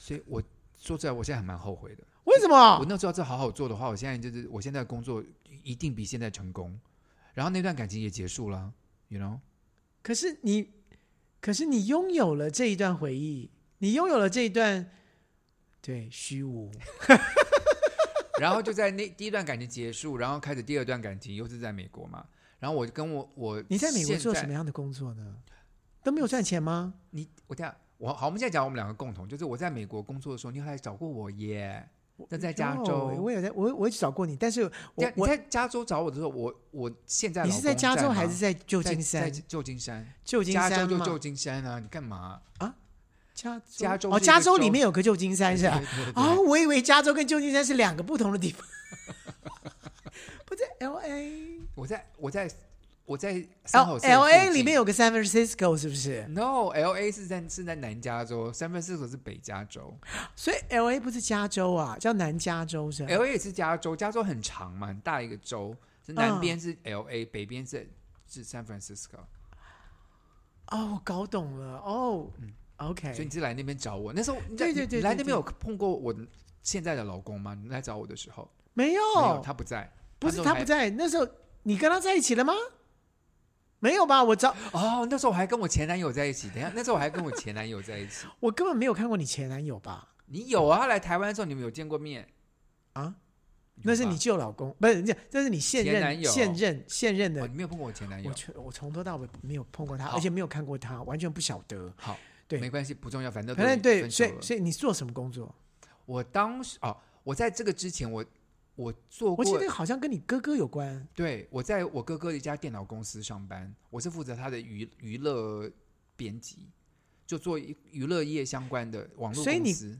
S2: 所以我说出来，我现在还蛮后悔的。
S1: 为什么
S2: 我？那时候要是好好做的话，我现在就是我现在工作一定比现在成功。然后那段感情也结束了，you know。
S1: 可是你，可是你拥有了这一段回忆，你拥有了这一段，对，虚无，
S2: 然后就在那第一段感情结束，然后开始第二段感情，又是在美国嘛。然后我跟我我
S1: 你在美国
S2: 现
S1: 做什么样的工作呢？都没有赚钱吗？
S2: 你我这样，我好，我们现在讲我们两个共同，就是我在美国工作的时候，你后来找过我耶。那在加州，
S1: 哦我有在，我我去找过你，但是
S2: 你
S1: 我
S2: 在你
S1: 我
S2: 在加州找我的时候，我我现在
S1: 你
S2: 老
S1: 是
S2: 公在
S1: 在加州
S2: 吗
S1: 还是在旧
S2: 在
S1: 金
S2: 在
S1: 山？
S2: 旧金山，
S1: 旧金
S2: 加州
S1: 山
S2: 就
S1: 吗
S2: 旧金山啊！你干嘛？
S1: 加州
S2: 加州
S1: 哦，
S2: 是一
S1: 加
S2: 个
S1: 州
S2: 州
S1: 里面有个旧金山是吧？
S2: 对对对
S1: 哦，我以为加州跟旧金山是两个不同的地方， 不在 L A
S2: 我在我在我在
S1: L 哦 L A 里面
S2: 有
S1: 有个 San Francisco 是不是？
S2: no L A 是在是在南加州，San Francisco 是北加州
S1: 所以 L A 不是加州啊，叫南加州是吧？
S2: ，L A 也是加州，加州很长嘛，很大一个州，是南
S1: 嗯
S2: 边是 L A，、北边是是 San Francisco。
S1: 哦，我搞懂了哦。
S2: 嗯所以
S1: OK，
S2: 你是来那边找我？那时候你在
S1: 对对对
S2: 你来那
S1: 对
S2: 边有碰过我现在的老公吗？你来找我的时候，
S1: 没有，
S2: 没有，他不在。
S1: 不是
S2: 那时候
S1: 他
S2: 还
S1: 不在，那时候你跟他在一起了吗？没有吧？我找
S2: 哦，那时候我还跟我前男友在一起。等一下，那时候我还跟我前男友在一起。
S1: 我根本没有看过你前男友吧？
S2: 你有啊？他来台湾的时候，你们有见过面
S1: 啊？
S2: 有吧
S1: 那是你旧老公，不是？这这是你现
S2: 前男
S1: 任
S2: 友
S1: 现任现任
S2: 哦，
S1: 的
S2: 你没有碰过我前男友
S1: 我。全我从头到尾没有碰过他，
S2: 好
S1: 而且没有看过他，完全不晓得。
S2: 好，
S1: 对
S2: 没关系，不重要，反正
S1: 反正
S2: 都已
S1: 对，
S2: 经分
S1: 所
S2: 手
S1: 以
S2: 了。
S1: 所以你做什么工作？
S2: 我当时哦，我在这个之前，我我做
S1: 我
S2: 过
S1: 记得好像跟你哥哥有关。
S2: 对，我在我哥哥的一家电脑公司上班，我是负责他的娱娱乐编辑，就做娱娱乐业相关的网络
S1: 所以
S2: 公
S1: 你
S2: 司。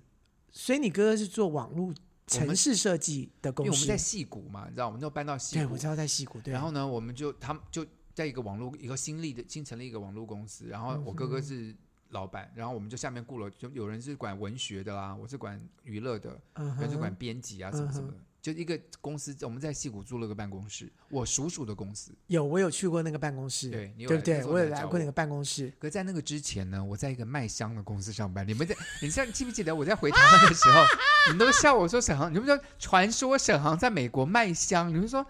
S1: 所以你哥哥是做网络城市设计的
S2: 因
S1: 公
S2: 为我们
S1: 司
S2: 在，戏谷嘛，你知道，我们都搬到戏
S1: 对，
S2: 谷
S1: 我，知道在西谷，对。
S2: 然后呢，我们就他们就在一个网络一个新立的新成立一个网络公司，然后我哥
S1: 嗯
S2: 哥是老板，然后我们就下面雇了，就有人是管文学的啦，我是管娱乐的，
S1: 嗯
S2: 有人是管
S1: 哼，嗯
S2: 编辑啊什么什么的，就一个公司，我们在戏谷租了个办公室，我叔叔的公司，
S1: 有我有去过那个办公室，
S2: 对你有
S1: 对不
S2: 来
S1: 对？
S2: 那时候
S1: 我有
S2: 你来
S1: 来
S2: 找
S1: 过那
S2: 我
S1: 个办公室，
S2: 可在那个之前呢，我在一个卖香的公司上班。你们在，你像记不记得我在回台湾的 时候，你们都笑我说沈航，你们说传说沈航在美国卖香，你们说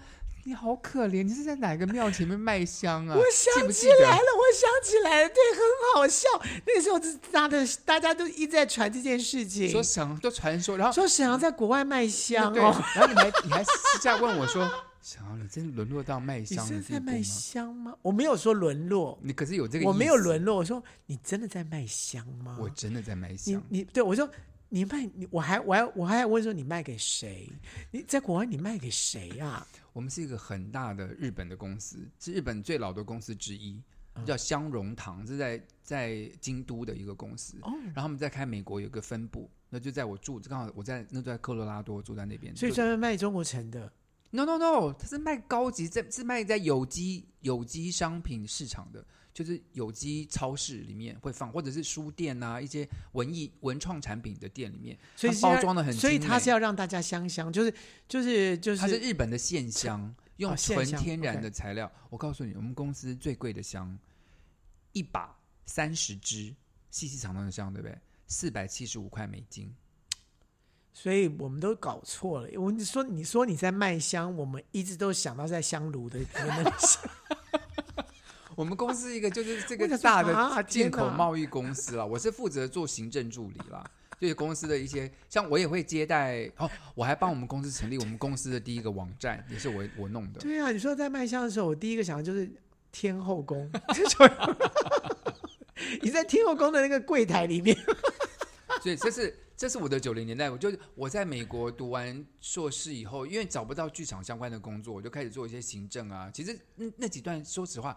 S2: 你好可怜，你是在哪个庙前面卖香啊？
S1: 我
S2: 记
S1: 想
S2: 不
S1: 起
S2: 记
S1: 来
S2: 得？
S1: 了，我想起来了，对，很好笑。那个时候是大的，大家都一直在传这件事情，
S2: 说沈航，都传说，然后
S1: 说沈阳在国外卖香
S2: 哦对，然
S1: 哦，
S2: 后你还你还私下问我说，沈航，你真沦落到卖
S1: 你
S2: 香的
S1: 是
S2: 地
S1: 在
S2: 步吗
S1: 卖？香吗？我没有说沦落，
S2: 你可是有这个，
S1: 我没有，沦落，我说你真的在卖香吗？
S2: 我真的在卖
S1: 你
S2: 香。
S1: 你对我说你卖你我还我还我还问说你卖给谁？你在国外你卖给谁啊？
S2: 我们是一个很大的日本的公司，是日本最老的公司之一，
S1: 嗯
S2: 叫香荣堂，是在在京都的一个公司。
S1: 哦
S2: 然后他们在开美国有一个分部，那就在我住，刚好我在那就在科罗拉多住在那边。
S1: 所以
S2: 就
S1: 专门卖中国城的
S2: no no no，它是卖高级，在是卖在有机有机商品市场的，就是有机超市里面会放，或者是书店啊一些文艺文创产品的店里面，
S1: 所以
S2: 它
S1: 是
S2: 包
S1: 要
S2: 装的很精美，
S1: 所以他是要让大家香香，就是就是就
S2: 它是
S1: 是
S2: 日本的线香，用
S1: 线
S2: 纯
S1: 香
S2: 天然
S1: OK
S2: 的材料。我告诉你，我们公司最贵的香，一把三十支，细细长长的香，对不对？四百七十五块美金。
S1: 所以我们都搞错了。我你说你说你在卖香，我们一直都想到在香炉的里面那个香
S2: 我们公司一个就是这
S1: 我想
S2: 个
S1: 说
S2: 大
S1: 啊
S2: 的
S1: 天
S2: 进口
S1: 哪
S2: 贸易公司啦，我是负责做行政助理啦，就是公司的一些，像我也会接待哦，我还帮我们公司成立我们公司的第一个网站，也是我我弄的。
S1: 对啊，你说在卖香的时候，我第一个想的就是天后 宫，你在天后宫的那个柜台里面，
S2: 所以这是这是我的九零年代，我就是我在美国读完硕士以后，因为找不到剧场相关的工作，我就开始做一些行政啊。其实那那几段，说实话，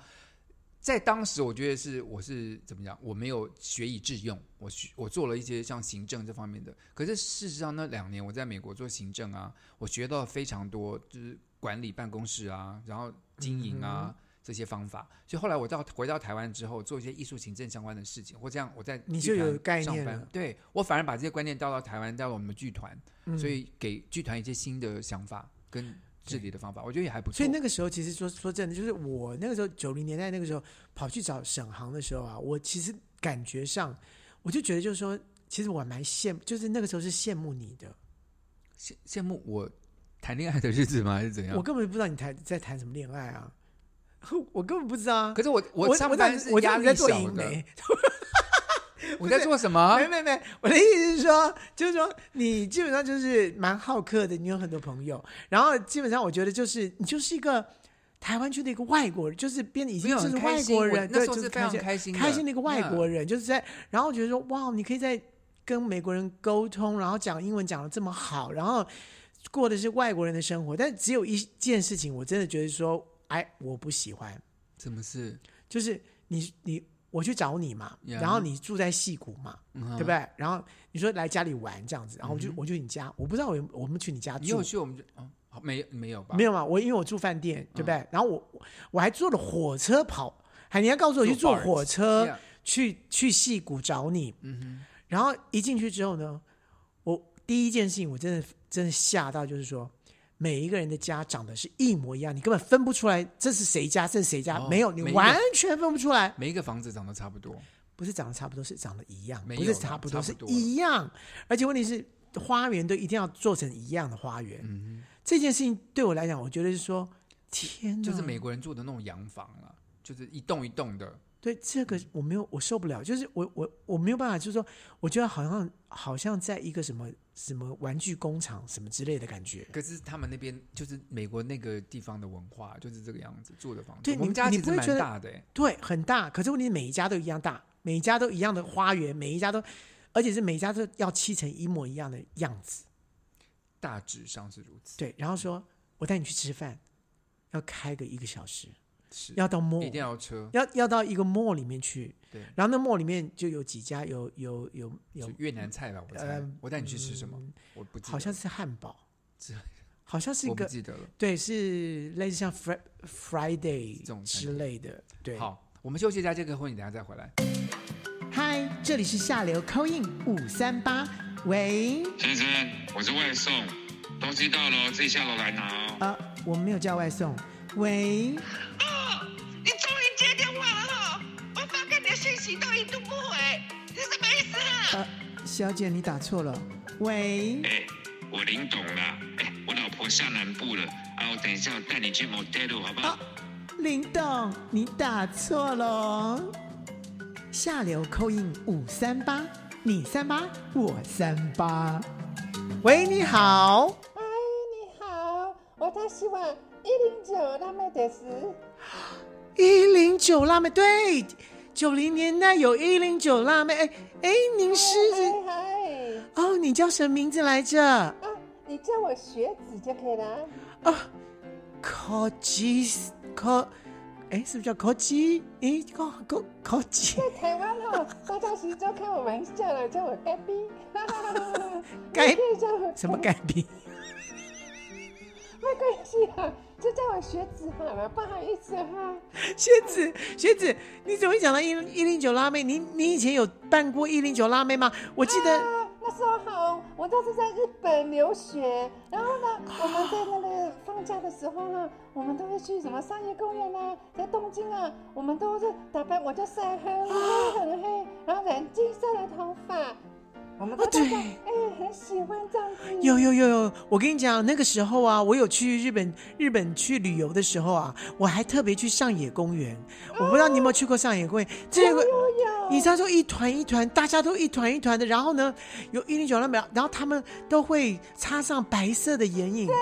S2: 在当时我觉得是我是怎么讲，我没有学以致用，我学我做了一些像行政这方面的。可是事实上那两年我在美国做行政啊，我学到了非常多，就是管理办公室啊，然后经营
S1: 嗯
S2: 啊。这些方法，所以后来我到回到台湾之后，做一些艺术行政相关的事情，或这样我在
S1: 你就
S2: 剧团
S1: 有概念
S2: 上班
S1: 了
S2: 对我反而把这些观念带到台湾，带到我们的剧团，
S1: 嗯
S2: 所以给剧团一些新的想法跟治理的方法，我觉得也还不错。
S1: 所以那个时候，其实说说真的，就是我那个时候九零年代那个时候跑去找沈航的时候啊，我其实感觉上，我就觉得就是说，其实我蛮羡慕，就是那个时候是羡慕你的，
S2: 羡羡慕我谈恋爱的日子吗？还是怎样
S1: 我？根本不知道你谈在谈什么恋爱啊， 我根本不知道啊。
S2: 可是我
S1: 我
S2: 我上班是
S1: 我知道
S2: 压
S1: 你
S2: 力
S1: 在
S2: 小
S1: 做银
S2: 的，
S1: 媒，
S2: 我在做什么
S1: 没？没没，我的意思是说，就是说你基本上就是蛮好客的，你有很多朋友，然后基本上我觉得就是你就是一个台湾区的一个外国人，就是变得已
S2: 没
S1: 经
S2: 有
S1: 就
S2: 很
S1: 是
S2: 开
S1: 外
S2: 心
S1: 国
S2: 我
S1: 人，
S2: 那
S1: 对，
S2: 时候
S1: 就是是开
S2: 非常
S1: 心
S2: 开心的，
S1: 开心的一个外国
S2: 嗯。
S1: 人，就是在，然后我觉得说哇，你可以在跟美国人沟通，然后讲英文讲的这么好，然后过的是外国人的生活，但只有一件事情，我真的觉得说，哎，我不喜欢，
S2: 什么事？
S1: 就是你你我去找你嘛
S2: Yeah
S1: 然后你住在戏谷嘛。
S2: 对
S1: 对不？对？然后你说来家里玩这样子，然后我就、我就你家，我不知道我有我们去你家
S2: 嗯你有
S1: 住
S2: 去我们就哦，好没没有吧？嗯
S1: 没
S2: 有，
S1: 有嘛？我因为我住饭店，对不对？然后我我我还坐了火车跑，还你还告诉我去坐
S2: 坐 BART
S1: 火车去去戏谷找你，
S2: 嗯
S1: 然后一进去之后呢，我第一件事情我真的真的吓到，就是说。每一个人的家长得是一模一样，你根本分不出来这是谁家，这是谁家，
S2: 哦
S1: 没有，你
S2: 每一个
S1: 完全分不出来。
S2: 每一个房子长得差不多，
S1: 不是长得差不多，是长得一样，
S2: 没
S1: 不
S2: 有
S1: 是
S2: 啦
S1: 差不
S2: 差
S1: 多，
S2: 不
S1: 是
S2: 多了
S1: 一样。而且问题是，花园都一定要做成一样的花园。
S2: 嗯
S1: 这件事情对我来讲，我觉得是说，天哪，
S2: 就是美国人住的那种洋房了，就是一栋一栋的。
S1: 对这个我没有，我受不了。就是我我我没有办法，就是说，我觉得好像好像在一个什么什么玩具工厂什么之类的感觉。
S2: 可是他们那边就是美国那个地方的文化就是这个样子，住的房子。
S1: 对
S2: 我们
S1: 你
S2: 家
S1: 你
S2: 其
S1: 不
S2: 实
S1: 会觉
S2: 蛮
S1: 得
S2: 大的、欸，
S1: 对，很大，可是问题是每一家都一样大，每一家都一样的花园，每一家都，而且是每一家都要砌成一模一样的样子。
S2: 大致上是如此。
S1: 对，然后说我带你去吃饭，要开个一个小时，
S2: 是
S1: 要到
S2: 一
S1: mall，
S2: 定要车，
S1: 要要到一个 mall 里面去，
S2: 对，
S1: 然后那 mall 里面就有几家有有有有
S2: 是，越南菜吧？我猜。
S1: 呃
S2: 我带你去吃什么？我不记得，
S1: 好像是汉堡
S2: 这，
S1: 好像是一
S2: 我不
S1: 个
S2: 记得了。
S1: 对，是类似像 Fri Friday
S2: 这种餐
S1: 之类的，对。
S2: 好，我们休息一下这个婚，你等一下再回来。
S1: 嗨，这里是下流 c o i n 五三八，喂，
S3: 先生，我是外送，东西到了哦，自己下楼来拿哦。
S1: 啊，我们没有叫外送。喂，
S4: 哦，你终于接电话了哈、我发给你的讯息都一度不回，你什么意思啊？
S1: 呃，小姐你打错了。喂，
S3: 哎、我林董啦，哎、我老婆下南部了，啊，我等一下我带你去 motel 好不好？
S1: 林董，你打错了哦。下流扣印五三八，你三八，我三八。喂，你好。
S5: 哎，你好，我在希望一零九那麦的是，
S1: 一零九辣妹，对，九零年代有一零九辣妹。哎哎，您是
S5: 嗨
S1: 哦？你叫什么名字来着？
S5: 嗨啊，你叫我学子就可以了。
S1: 柯基柯，哎，是不是叫柯基？哎，柯柯柯基，
S5: 在台湾哦，大家其实都开我玩笑了，叫我干 逼，哈哈哈哈哈
S1: 该
S5: 你可以叫我
S1: 什么？干冰？
S5: 没关系啊，就叫我学子好了，不好意思哈、
S1: 学子，学子，你怎么会讲到一一零九辣妹？你你以前有办过一零九辣妹吗？我记得
S5: 啊，那时候好，我都是在日本留学，然后呢，我们在那个放假的时候呢，我们都会去什么商业公园啊，在东京啊，我们都是打扮，我就晒黑，我就很黑，然后染金色的头发，我们都
S1: 哦对
S5: 大家哎、很喜欢这样子。
S1: 有有有有，我跟你讲，那个时候啊，我有去日本日本去旅游的时候啊，我还特别去上野公园。我不知道你有没有去过上野公园？这个
S5: 有
S1: 你知道，就一团一团，大家都一团一团的，然后呢，有一零九辣妹，然后他们都会擦上白色的眼影，
S5: 对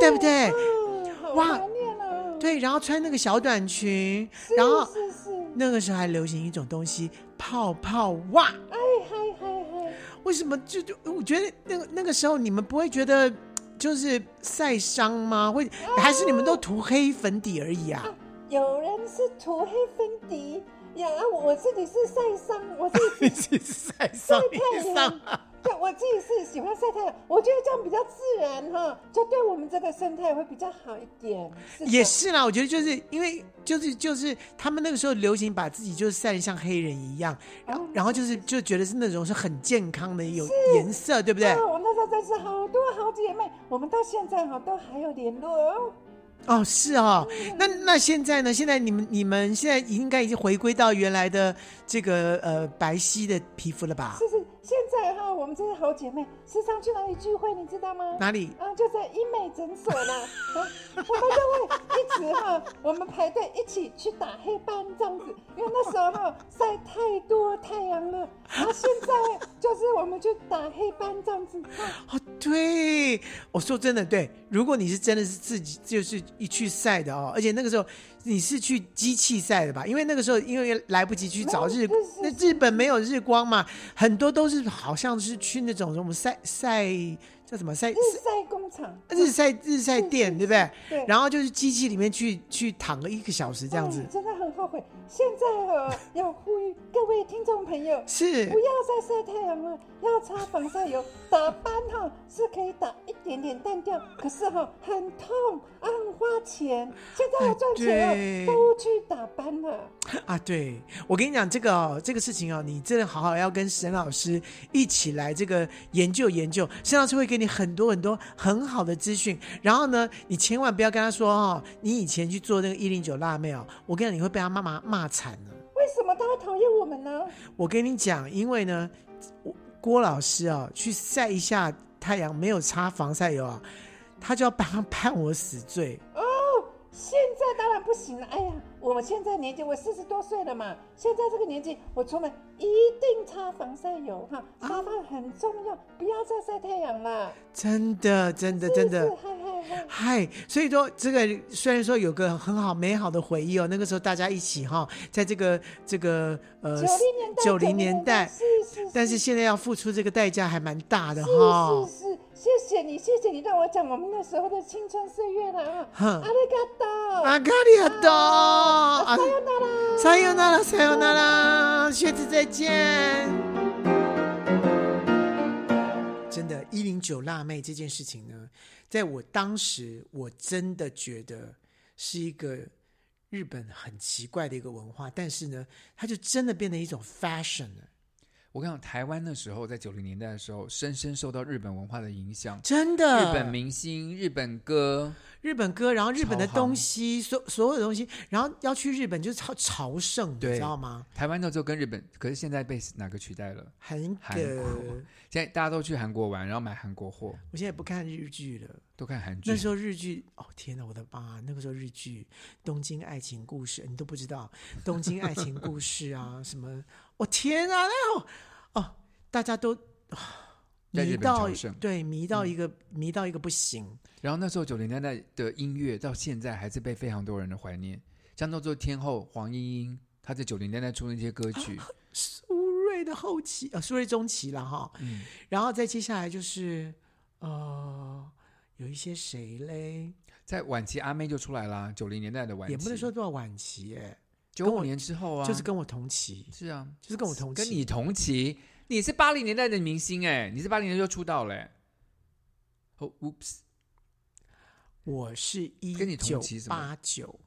S5: 对
S1: 对不对
S5: 嗯、好
S1: 哇
S5: 怀念哦。
S1: 对，然后穿那个小短裙，
S5: 是，
S1: 然后
S5: 是是，
S1: 那个时候还流行一种东西——泡泡袜。
S5: 哎嗨嗨嗨，
S1: 为什么就就我觉得那个那个时候你们不会觉得就是晒伤吗？会还是你们都涂黑粉底而已啊？
S5: 有人是涂黑粉底，呀，啊我我自己是晒伤，我自己
S1: 你是晒伤
S5: 太阳，对，我 自己是喜欢晒太阳，我觉得这样比较自然哈，就对我们这个生态会比较好一点。是的
S1: 也是啦，我觉得就是因为就是就是他们那个时候流行把自己就是晒得像黑人一样，然后然后就是就觉得是那种是很健康的有颜色，对不对
S5: 啊，？我那时候真是好多好姐妹，我们到现在哈都还有联络哦。
S1: 哦，是哦。那那现在呢？现在你们你们现在应该已经回归到原来的这个呃白皙的皮肤了吧
S5: 就？是现在哈，我们这些好姐妹时常去哪里聚会，你知道吗？
S1: 哪里？
S5: 啊，就在医美诊所呢， 啊我们都会一直哈，我们排队一起去打黑斑这样子，因为那时候哈晒太多太阳了，然后现在就是我们去打黑斑这样子。啊
S1: 哦，对，我说真的，对，如果你是真的是自己就是一去晒的哦，而且那个时候你是去机器晒的吧？因为那个时候因为来不及去找
S5: 没有
S1: 日
S5: 是，是
S1: 那
S5: 是
S1: 日本没有日光嘛，很多都是好像是去那种什么晒晒叫什么晒
S5: 日晒工厂，
S1: 日晒日晒店，对不对？
S5: 对
S1: 然后就是机器里面去去躺个一个小时这样子
S5: 哎，真的很后悔。现在呃，要呼吁各位听众朋友，
S1: 是
S5: 不要再晒太阳了，要擦防晒油。打斑哈是可以打一点点淡掉，可是哈很痛，啊很花钱。现在要赚
S1: 哎对
S5: 钱了，都去打斑了。
S1: 啊，对我跟你讲这个哦，这个事情哦，你真的好好要跟沈老师一起来这个研究研究，沈老师会给你很多很多很好的资讯。然后呢，你千万不要跟他说哦，你以前去做那个一零九辣妹哦，我跟你讲你会被他妈妈骂惨了。
S5: 为什么大家讨厌我们呢？
S1: 我跟你讲，因为呢，我郭老师啊，去晒一下太阳，没有擦防晒油啊，他就要判判我死罪。
S5: 现在当然不行了。哎呀，我们现在年纪，我四十多岁了嘛，现在这个年纪，我出门一定擦防晒油哈，
S1: 啊
S5: 擦防很重要，不要再晒太阳了。
S1: 真的，真的，真的。
S5: 是嗨嗨嗨。
S1: 嗨，所以说这个虽然说有个很好美好的回忆哦，那个时候大家一起哈、在这个这个呃
S5: 九零年
S1: 90
S5: 代，
S1: 年代，
S5: 是是是，
S1: 但是现在要付出这个代价还蛮大的哈、
S5: 是是是，谢谢你，谢谢你让我讲我们那时候的青春岁月了啊！
S1: 哼
S5: 阿里嘎多，
S1: 阿卡里亚多，啊
S5: さよなら。
S1: さよなら，さよなら，靴子再见。真的，一零九辣妹这件事情呢，在我当时，我真的觉得是一个日本很奇怪的一个文化，但是呢，它就真的变成一种 fashion 了。
S2: 我跟你讲，台湾那时候在九零年代的时候，深深受到日本文化的影响，
S1: 真的
S2: 日本明星、日本歌，
S1: 日本歌，然后日本的
S2: 超夯
S1: 东西，所所有的东西，然后要去日本就是超朝圣，你
S2: 对
S1: 知道吗？
S2: 台湾那时候跟日本，可是现在被哪个取代了？
S1: 很
S2: 韩
S1: 葛，
S2: 国现在大家都去韩国玩，然后买韩国货，
S1: 我现在不看日剧了。
S2: 都看韩剧
S1: 那。时候日剧，哦天哪，我的妈！那个时候日剧《东京爱情故事》，你都不知道《东京爱情故事》啊，什么？我、天啊！那我哦，大家都啊
S2: 在日
S1: 迷
S2: 本
S1: 到
S2: 朝圣嗯
S1: 对迷到一个、迷到一个不行。
S2: 然后那时候九零年代的音乐到现在还是被非常多人的怀念，像那时候天后黄莺莺，她在九零年代出那些歌曲，
S1: 啊苏芮的后期，呃，苏芮中期了哈。
S2: 嗯，
S1: 然后再接下来就是呃，有一些谁嘞，
S2: 在晚期阿妹就出来啦，九零年代的晚期，
S1: 也不能说多少晚期耶，
S2: 九
S1: 跟
S2: 五
S1: 我
S2: 年之后啊，
S1: 就是跟我同期，
S2: 是啊，
S1: 就是跟我同期。
S2: 跟你同期，你是八零年代的明星哎、你是八零年代就出道欸嘞、哦、oh,，oops，
S1: 我是一
S2: 跟你
S1: 九
S2: 同期什
S1: 八
S2: 么
S1: 九，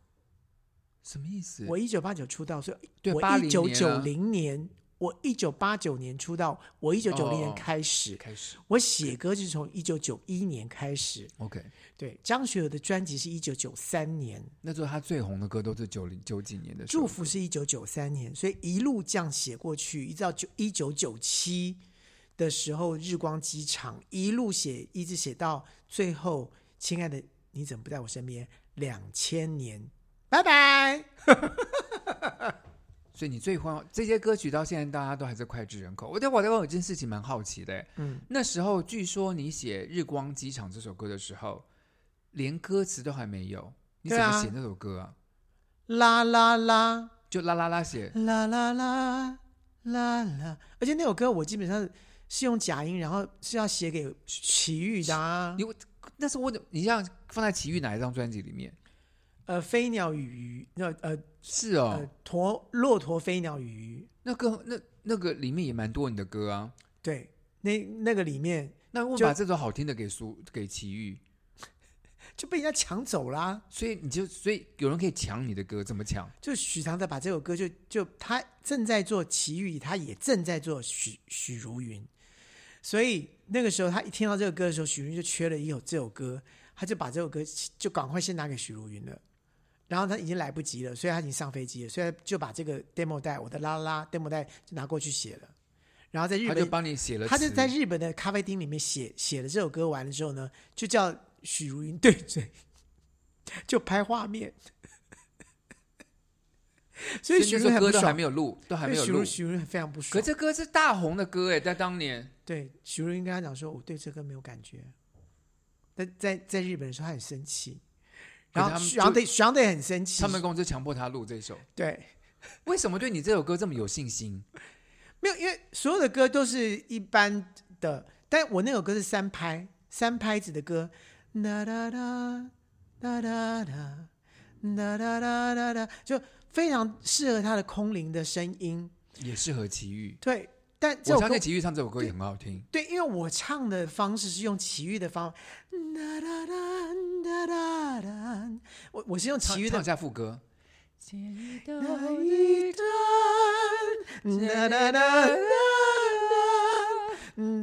S2: 什么意思？
S1: 我一九八九出道，所以
S2: 对
S1: 我
S2: 80
S1: 一九九
S2: 年啊
S1: 零年，我一九八九年出道，我一九九零
S2: 哦
S1: 年
S2: 哦
S1: 开始，
S2: 开始
S1: 我写歌就是从一九九一年开始。
S2: ，OK，
S1: 对，张学友的专辑是一九九三年，
S2: 那时候她最红的歌都是九零九几年的时候
S1: 祝福是一九九三年，所以一路这样写过去，一直到九一九九七的时候，日光机场一路写，一直写到最后，亲爱的，你怎么不在我身边？两千年，拜拜。
S2: 所以你最欢这些歌曲到现在大家都还是脍炙人口。我对我对我有一件事情蛮好奇的，欸
S1: 嗯，
S2: 那时候据说你写《日光机场》这首歌的时候，连歌词都还没有，你怎
S1: 对啊
S2: 么写那首歌啊？
S1: 啦啦啦
S2: 就啦啦啦 写，
S1: 啦啦啦啦啦，而且那首歌我基本上是用假音，然后是要写给齐豫的、啊
S2: 你，那是我怎你像放在奇遇哪一张专辑里面？
S1: 呃，飞鸟与鱼，那呃
S2: 是哦，
S1: 呃驼骆驼飞鸟与鱼，
S2: 那个那那个里面也蛮多你的歌啊。
S1: 对，那那个里面
S2: 那我
S1: 就
S2: 把这首好听的给苏给奇遇，
S1: 就被人家抢走啦、
S2: 所以你就所以有人可以抢你的歌，怎么抢？
S1: 就许常德把这首歌就就他正在做齐豫，他也正在做许许茹芸，所以那个时候他一听到这个歌的时候，许茹芸就缺了一首这首歌，他就把这首歌就赶快先拿给许茹芸了。然后他已经来不及了，所以他已经上飞机了，所以他就把这个 demo 带我的啦啦啦 demo 带就拿过去写了，然后在日
S2: 他
S1: 本
S2: 就帮你写了词，
S1: 他就在日本的咖啡厅里面写写了这首歌完了之后呢，就叫许茹芸对嘴，就拍画面。所
S2: 所
S1: 以
S2: 以
S1: 许茹
S2: 那首
S1: 芸很
S2: 歌
S1: 不
S2: 都还
S1: 爽
S2: 没，有录，都还
S1: 对
S2: 没有
S1: 许茹
S2: 录。
S1: 许茹芸非常不
S2: 可
S1: 爽。
S2: 这歌是大红的歌哎，在当年
S1: 对许茹芸跟他讲说，我对这个没有感觉。但在在日本的时候，他很生气，然
S2: 可
S1: 后
S2: 是他们
S1: 许阳
S2: 就
S1: 得许阳得也很生气。
S2: 唱片公司强迫他录这首。
S1: 对
S2: 为什么对你这首歌这么有信心？
S1: 没有，因为所有的歌都是一般的，但我那首歌是三拍三拍子的歌，哒哒哒哒哒哒哒哒哒哒哒，就非常适合他的空灵的声音。
S2: 也适合奇遇，
S1: 对，但这
S2: 我
S1: 首
S2: 相
S1: 歌
S2: 信奇遇唱这首歌也很好听。
S1: 对，因为我唱的方式是用奇遇的方，哒哒哒哒哒哒，我我是用
S2: 唱
S1: 奇遇
S2: 唱
S1: 的
S2: 一下副歌，
S1: 那一段，哒哒哒哒哒，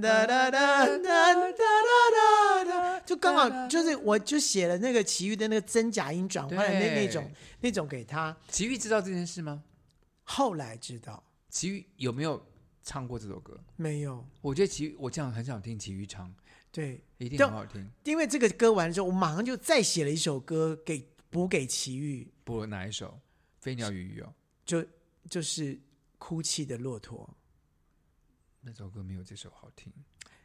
S1: 哒哒哒哒哒哒哒哒，就刚好就是我就写了那个其余的那个真假音转换的那
S2: 对
S1: 那种那种给他，
S2: 奇遇知道这件事吗？
S1: 后来知道
S2: 奇遇有没有唱过这首歌？
S1: 没有
S2: 我觉得奇遇，我这样很想听奇遇唱，
S1: 对，
S2: 一定
S1: 但
S2: 很好听。
S1: 因为这个歌完了之后，我马上就再写了一首歌给补给奇遇，
S2: 播哪一首？飞鸟与鱼哦，
S1: 就就是哭泣的骆驼。
S2: 那首歌没有这首好听。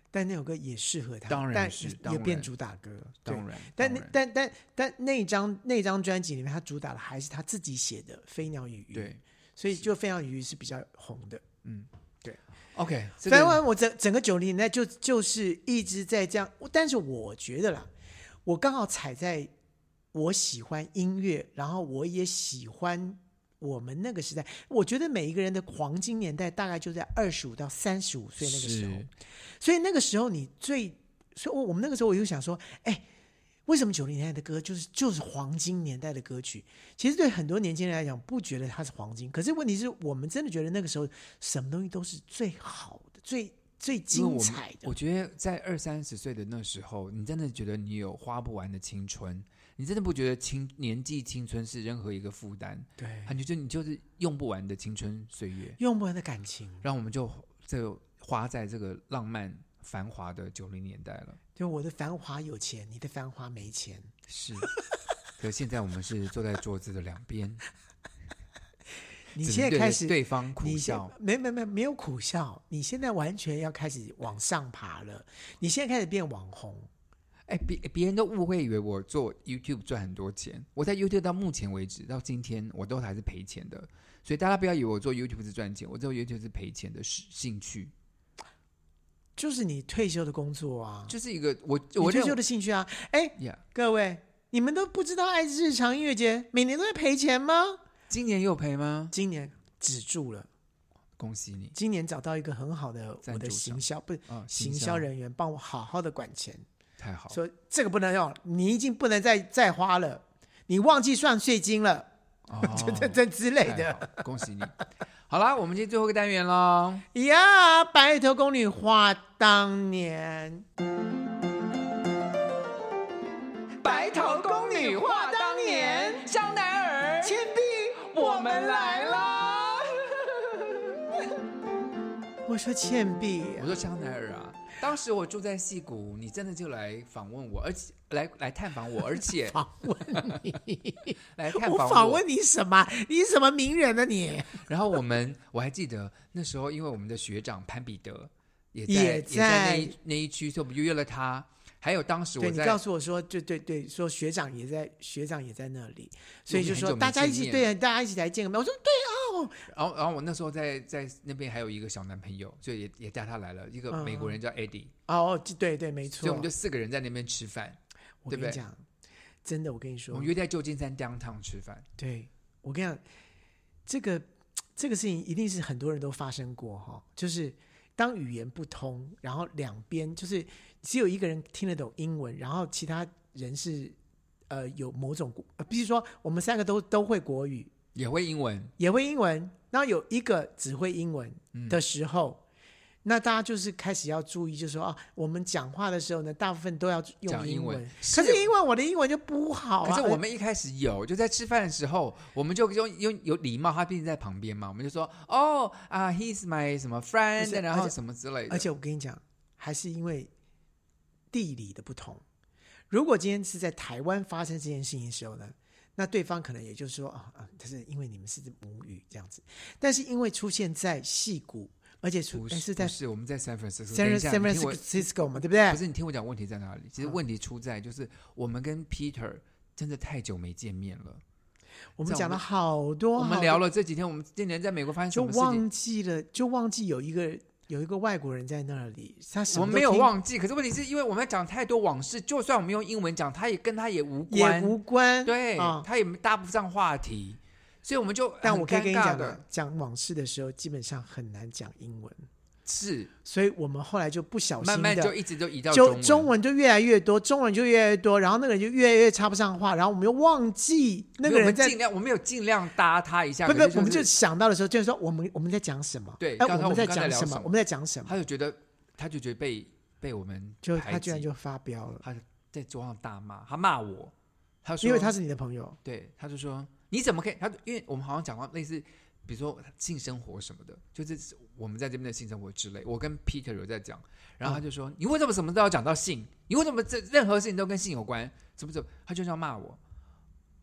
S1: 但那首歌也适合他，
S2: 当然
S1: 但
S2: 是
S1: 也
S2: 当
S1: 也变
S2: 然
S1: 主打歌，对
S2: 当然，
S1: 但
S2: 当
S1: 那
S2: 然
S1: 但但但那张那张专辑里面，他主打的还是他自己写的《飞鸟与鱼》，，
S2: 对
S1: 所以就《飞鸟与鱼》是比较红的。
S2: ，OK，这
S1: 台
S2: 个
S1: 湾我整整个九零年代就就是一直在这样，但是我觉得啦，我刚好踩在我喜欢音乐，然后我也喜欢我们那个时代。我觉得每一个人的黄金年代大概就在二十五到三十五岁那个时候
S2: 是，
S1: 所以那个时候你最，所以我我们那个时候我就想说，哎，为什么九零年代的歌就是就是黄金年代的歌曲？其实对很多年轻人来讲，不觉得它是黄金，可是问题是我们真的觉得那个时候什么东西都是最好的、最最
S2: 因为我
S1: 精
S2: 们哦
S1: 彩的。
S2: 我觉得在二三十岁的那时候，你真的觉得你有花不完的青春，你真的不觉得青年纪青春是任何一个负担，
S1: 对，
S2: 感觉就你就是用不完的青春岁月。
S1: 用不完的感情，
S2: 然后我们就这个花在这个浪漫繁华的九零年代了。
S1: 就我的繁华有钱，你的繁华没钱。
S2: 是， 可现在我们是坐在桌子的两边，
S1: 你
S2: 只能
S1: 现在
S2: 对着
S1: 开始
S2: 对方
S1: 你
S2: 苦
S1: 现
S2: 笑。
S1: 没没没没有苦笑，你现在完全要开始往上爬了。你现在开始变网红，
S2: 哎，别别人都误会以为我做 YouTube 赚很多钱，我在 YouTube 到目前为止到今天我都还是赔钱的，所以大家不要以为我做 YouTube 是赚钱，我做 YouTube 是赔钱的是兴趣，
S1: 就是你退休的工作啊，
S2: 就是一个我
S1: 你
S2: 我
S1: 退
S2: 认
S1: 休的兴趣啊。哎，
S2: 呀
S1: 各位，你们都不知道爱日常音乐节每年都在赔钱吗？
S2: 今年有赔吗？
S1: 今年止住了，
S2: 恭喜你
S1: 今年找到一个很好的
S2: 赞
S1: 我的
S2: 助
S1: 行
S2: 商
S1: 销不是
S2: 啊、
S1: 行
S2: 销
S1: 销人员，帮我好好的管钱。
S2: 太好，
S1: 说这个不能用，你已经不能再再花了，你忘记算税金了，
S2: 哦
S1: 这这这之类
S2: 太
S1: 的。
S2: 好，恭喜你。好啦，我们进最后一个单元喽。
S1: 呀，白头宫女话当年，
S2: 白头宫女话当年，香奈儿、倩碧，我们来啦！
S1: 我说倩碧，
S2: 我说香奈儿啊，当时我住在戏谷，你真的就来访问我，而且来来探访我，而 且
S1: 访问你，
S2: 来探
S1: 我
S2: 访
S1: 访问你什么？你是什么名人呢？你
S2: 然后我们我还记得那时候，因为我们的学长潘彼得也在
S1: 也
S2: 也在那一
S1: 在
S2: 那一区，所以我们约了他。还有当时
S1: 对
S2: 我
S1: 你
S2: 在
S1: 告诉我说，对对对，说学长也在，学长也在那里，所以就
S2: 我
S1: 说
S2: 们很久
S1: 大
S2: 没
S1: 家一起
S2: 见面
S1: 对，大家一起来见个面。我说哦
S2: 然后，然后我那时候在在那边还有一个小男朋友，所以也也带他来了，一个
S1: 嗯
S2: 美国人叫 Eddie，、
S1: 哦，对对，没
S2: 所
S1: 错。
S2: 以我们就四个人在那边吃饭，
S1: 我跟
S2: 对
S1: 你
S2: 不对
S1: 讲，真的，我跟你
S2: 我
S1: 说
S2: 们，约在旧金山 downtown 吃饭，
S1: 对我跟你讲，这个这个事情一定是很多人都发生过哈、就是当语言不通，然后两边就是只有一个人听得懂英文，然后其他人是呃有某种国，呃，比如说我们三个都都会国语，
S2: 也会英文，
S1: 也会英文，然后有一个只会英文
S2: 嗯
S1: 的时候。那大家就是开始要注意，就是说啊，我们讲话的时候呢，大部分都要用
S2: 讲英
S1: 英
S2: 文
S1: 可
S2: 是
S1: 是因为我的英文就不好啊，
S2: 可是我们一开始有，就在吃饭的时候，我们就用用有礼貌，他毕竟在旁边嘛，我们就说哦啊、h e s my 什么
S1: 不是
S2: friend，然
S1: 而且
S2: 后什么之类的。
S1: 哎而且我跟你讲，还是因为地理的不同。如果今天是在台湾发生这件事情的时候呢，那对方可能也就是说啊啊，他是因为你们是母语这样子，但是因为出现在戏谷，而且出
S2: 不
S1: 哎
S2: 是
S1: 是在
S2: 不是我们在 San Francisco，
S1: San
S2: 等一下
S1: San
S2: 你听我
S1: Francisco 哎嘛，对不对？
S2: 不是你听我讲问题在哪里？其实问题出在就是我们跟 Peter 真的太久没见面了，
S1: 我们
S2: 这
S1: 讲了
S2: 样我们
S1: 好多，
S2: 我
S1: 好
S2: 们
S1: 多
S2: 聊了这几天，我们今年在美国发生什
S1: 就
S2: 么事情。
S1: 忘记了，就忘记有一个有一个外国人在那里，他什
S2: 我
S1: 么都
S2: 们没有
S1: 听
S2: 忘记，可是问题是因为我们讲太多往事，就算我们用英文讲，他也跟他也无
S1: 也
S2: 关，
S1: 无关，
S2: 对，
S1: 啊、
S2: 他也搭不上话题，所以我们就
S1: 但
S2: 很
S1: 我可以跟你
S2: 尴尬
S1: 讲啊
S2: 的，
S1: 讲往事的时候，基本上很难讲英文，
S2: 是
S1: 所以我们后来就不小心的
S2: 慢慢就一直就移到
S1: 就
S2: 文。
S1: 中文就越来越多，中文就越来越多，然后那个人就越来越插不上话，然后我们又忘记那个
S2: 我
S1: 人
S2: 们
S1: 在
S2: 尽量，我们有尽量搭他一下，
S1: 不
S2: 可是
S1: 不，我们就是想到的时候，就是说我们我们在讲什么，
S2: 对
S1: 哎，
S2: 刚才
S1: 我们
S2: 我
S1: 在
S2: 们刚
S1: 讲
S2: 才聊
S1: 什
S2: 什
S1: 么
S2: 么，
S1: 我们在讲什么，
S2: 他就觉得，他就觉得被被我们
S1: 就
S2: 排
S1: 他居然
S2: 挤
S1: 就发飙了，
S2: 他在桌上大骂，他骂我，他说
S1: 因为他是你的朋友，
S2: 对，他就说你怎么可以？他因为我们好像讲到类似，比如说性生活什么的，就是我们在这边的性生活之类。我跟 Peter 有在讲，然后他就说、你为什么什么都要讲到性？你为什么这任何事情都跟性有关？什么什么？他就这样骂我，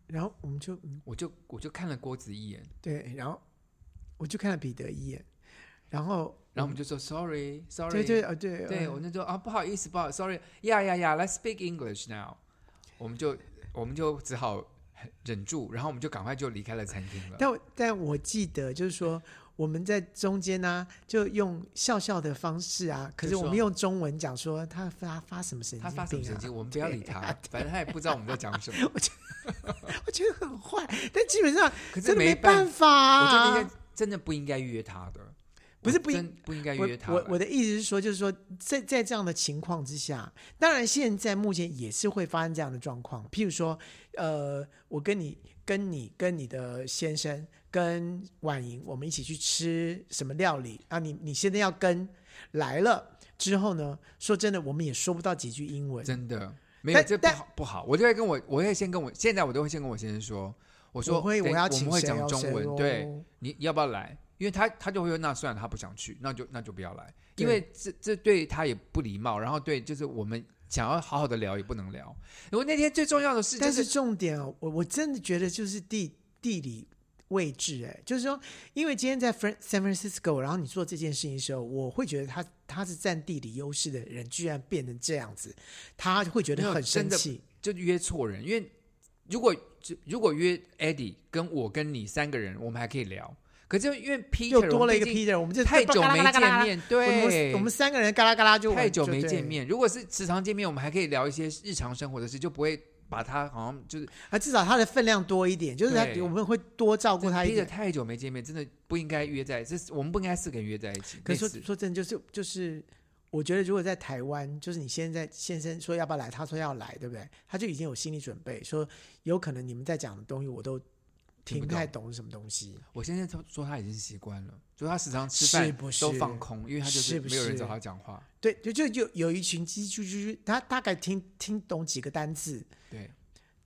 S1: 然后我们就嗯
S2: 我就我就看了郭子一眼，
S1: 对，然后我就看了彼得一眼，然后
S2: 然后我们就说 sorry sorry，
S1: 对对呃对
S2: 对
S1: 呃
S2: 我就说啊不好意思不好意思，sorry 呀呀呀，let's speak English now，我们就我们就只好忍住，然后我们就赶快就离开了餐厅了。
S1: 但我但我记得就是说，我们在中间呢、啊就用笑笑的方式 啊，可是
S2: 就说
S1: 我们用中文讲说他发发什么神经病、
S2: 他
S1: 啊，
S2: 发什么神经，我们不要理他， 反正他也不知道我们在讲什么。
S1: 我觉得很坏，但基本上
S2: 可是
S1: 真的没
S2: 办
S1: 办法、
S2: 我觉得 应
S1: 啊
S2: 该。真的不应该约他的。
S1: 不是不应
S2: 真不应该
S1: 我
S2: 约他
S1: 我
S2: 吧
S1: 我的意思是说，就是说，在在这样的情况之下，当然现在目前也是会发生这样的状况。譬如说，呃，我跟你、跟你、跟你的先生、跟婉莹，我们一起去吃什么料理啊？你你现在要跟来了之后呢？说真的，我们也说不到几句英文。
S2: 真的没有
S1: 但
S2: 这不
S1: 但
S2: 好不好，我就会跟我，我会先跟我现在我都会先跟我先生说，我说
S1: 我会
S2: 等
S1: 我要
S2: 我
S1: 请
S2: 们会
S1: 谁
S2: 讲
S1: 哦
S2: 中
S1: 谁
S2: 文，
S1: 哦
S2: 对，你要不要来？因为他他就会说那算了，他不想去，那就那就不要来，因
S1: 对
S2: 为这这对他也不礼貌，然后对就是我们想要好好的聊也不能聊。我那天最重要的事就
S1: 但是
S2: 是
S1: 重点哦，我我真的觉得就是地地理位置，哎，就是说，因为今天在 Fran- San Francisco，然后你做这件事情的时候，我会觉得他他是占地理优势的人，居然变成这样子，他会觉
S2: 没有
S1: 得很
S2: 真
S1: 生
S2: 的
S1: 气。
S2: 就约错人，因为如果如果约 Eddie 跟我跟你三个人，我们还可以聊，可是因为 Peter
S1: 又
S2: 我们
S1: 多了一
S2: 毕
S1: 个
S2: 竟
S1: Peter，我们就
S2: 太久没见，面，
S1: 我
S2: 对，
S1: 们我们三个人嘎啦嘎啦就
S2: 太久没
S1: 就对
S2: 见面。如果是时常见面，我们还可以聊一些日常生活的事，就不会把他好像就是
S1: 啊，至少他的分量多一点，就是他
S2: 对
S1: 我们会多照顾他一
S2: 逼着
S1: 点。
S2: 太久没见面，真的不应该约在，这是我们不应该四个人约在一起。
S1: 可是
S2: 类似
S1: 说说真的，就是就是，我觉得如果在台湾，就是你现在先生说要不要来，他说要来，对不对？他就已经有心理准备，说有可能你们在讲的东西我都
S2: 听
S1: 听
S2: 不
S1: 不太懂是什么东西。
S2: 我先生说说他已经习惯了，就他时常吃
S1: 是
S2: 饭
S1: 不是
S2: 都放空，因为他就是
S1: 不
S2: 没有人
S1: 是
S2: 找他讲话。
S1: 对，就就有有一群叽叽叽叽，他大概听听懂几个单字，
S2: 对，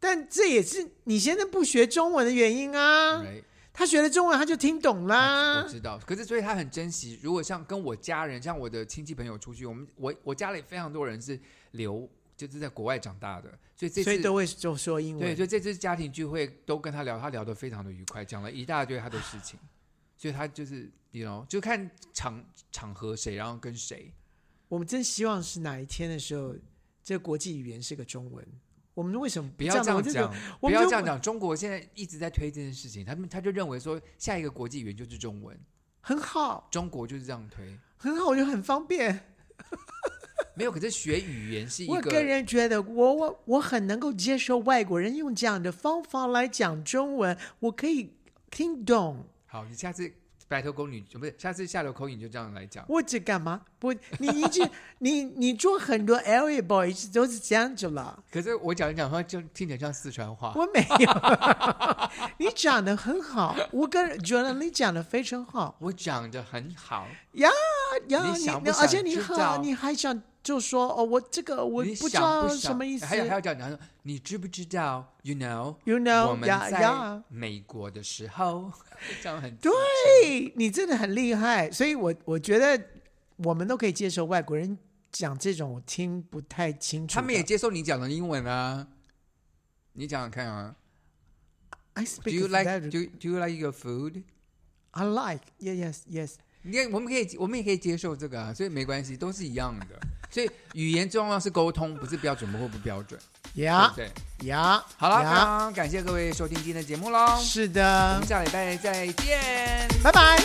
S1: 但这也是你先生不学中文的原因啊。
S2: right
S1: 他学了中文，他就听懂
S2: 啊
S1: 啦
S2: 我。知道，可是所以他很珍惜。如果像跟我家人，像我的亲戚朋友出去，我们我我家里非常多人是留，就是在国外长大的，所以这次
S1: 所以都会就说英
S2: 对，
S1: 文，
S2: 所以这次家庭聚会都跟他聊，他聊得非常的愉快，讲了一大堆他的事情，所以他就是你 you know, 就看场场合谁，然后跟谁。
S1: 我们真希望是哪一天的时候，这国际语言是个中文。我们为什么
S2: 不要这
S1: 这
S2: 样
S1: 样子我就觉得
S2: 讲，
S1: 我
S2: 不
S1: 们
S2: 要
S1: 就
S2: 这样讲。中国现在一直在推这件事情，他们他就认为说下一个国际语言就是中文，
S1: 很好，
S2: 中国就是这样推。
S1: 很好，我觉得很方便。
S2: 没有，可是学语言是一
S1: 我个
S2: 个。
S1: 人觉得我，我我很能够接受外国人用这样的方法来讲中文，我可以听懂。
S2: 好，你下次白头宫女不是下次下流口语你就这样来讲。
S1: 我这干嘛？不，你一直 你你做很多 area boys 都是这样子了。
S2: 可是我讲一讲，话就听起来像四川话。
S1: 我没有， 你讲的很好，我个人觉得你讲的非常好
S2: 我讲的很好，
S1: 呀呀！
S2: 你想不
S1: 那
S2: 想
S1: 而且你
S2: 知道
S1: 好，你还想就说哦，我这个我
S2: 你
S1: 不知
S2: 想
S1: 道
S2: 不想
S1: 什么意思。
S2: 还有还有讲，然后你知不知道？You know,
S1: You know，
S2: 我们
S1: 呀
S2: 在
S1: 呀
S2: 美国的时候， 这样很对。
S1: 对你真的很厉害，所以我我觉得我们都可以接受外国人讲这种我听不太清楚的。
S2: 他们也接受你讲的英文啊。你讲讲看啊
S1: I
S2: ，Do
S1: speak
S2: you like
S1: very-
S2: do you- Do you like your food？
S1: I like yeah yes yes。
S2: 你看，我们可以，我们也可以接受这个啊，所以没关系，都是一样的。所以语言重要是沟通，不是标准不或不标准，对
S1: Yeah
S2: 不对？
S1: yeah，
S2: 好了，非
S1: yeah，
S2: 常感谢各位收听今天的节目喽，
S1: 是
S2: 我
S1: 的
S2: 们，下礼拜再见。
S1: 拜拜。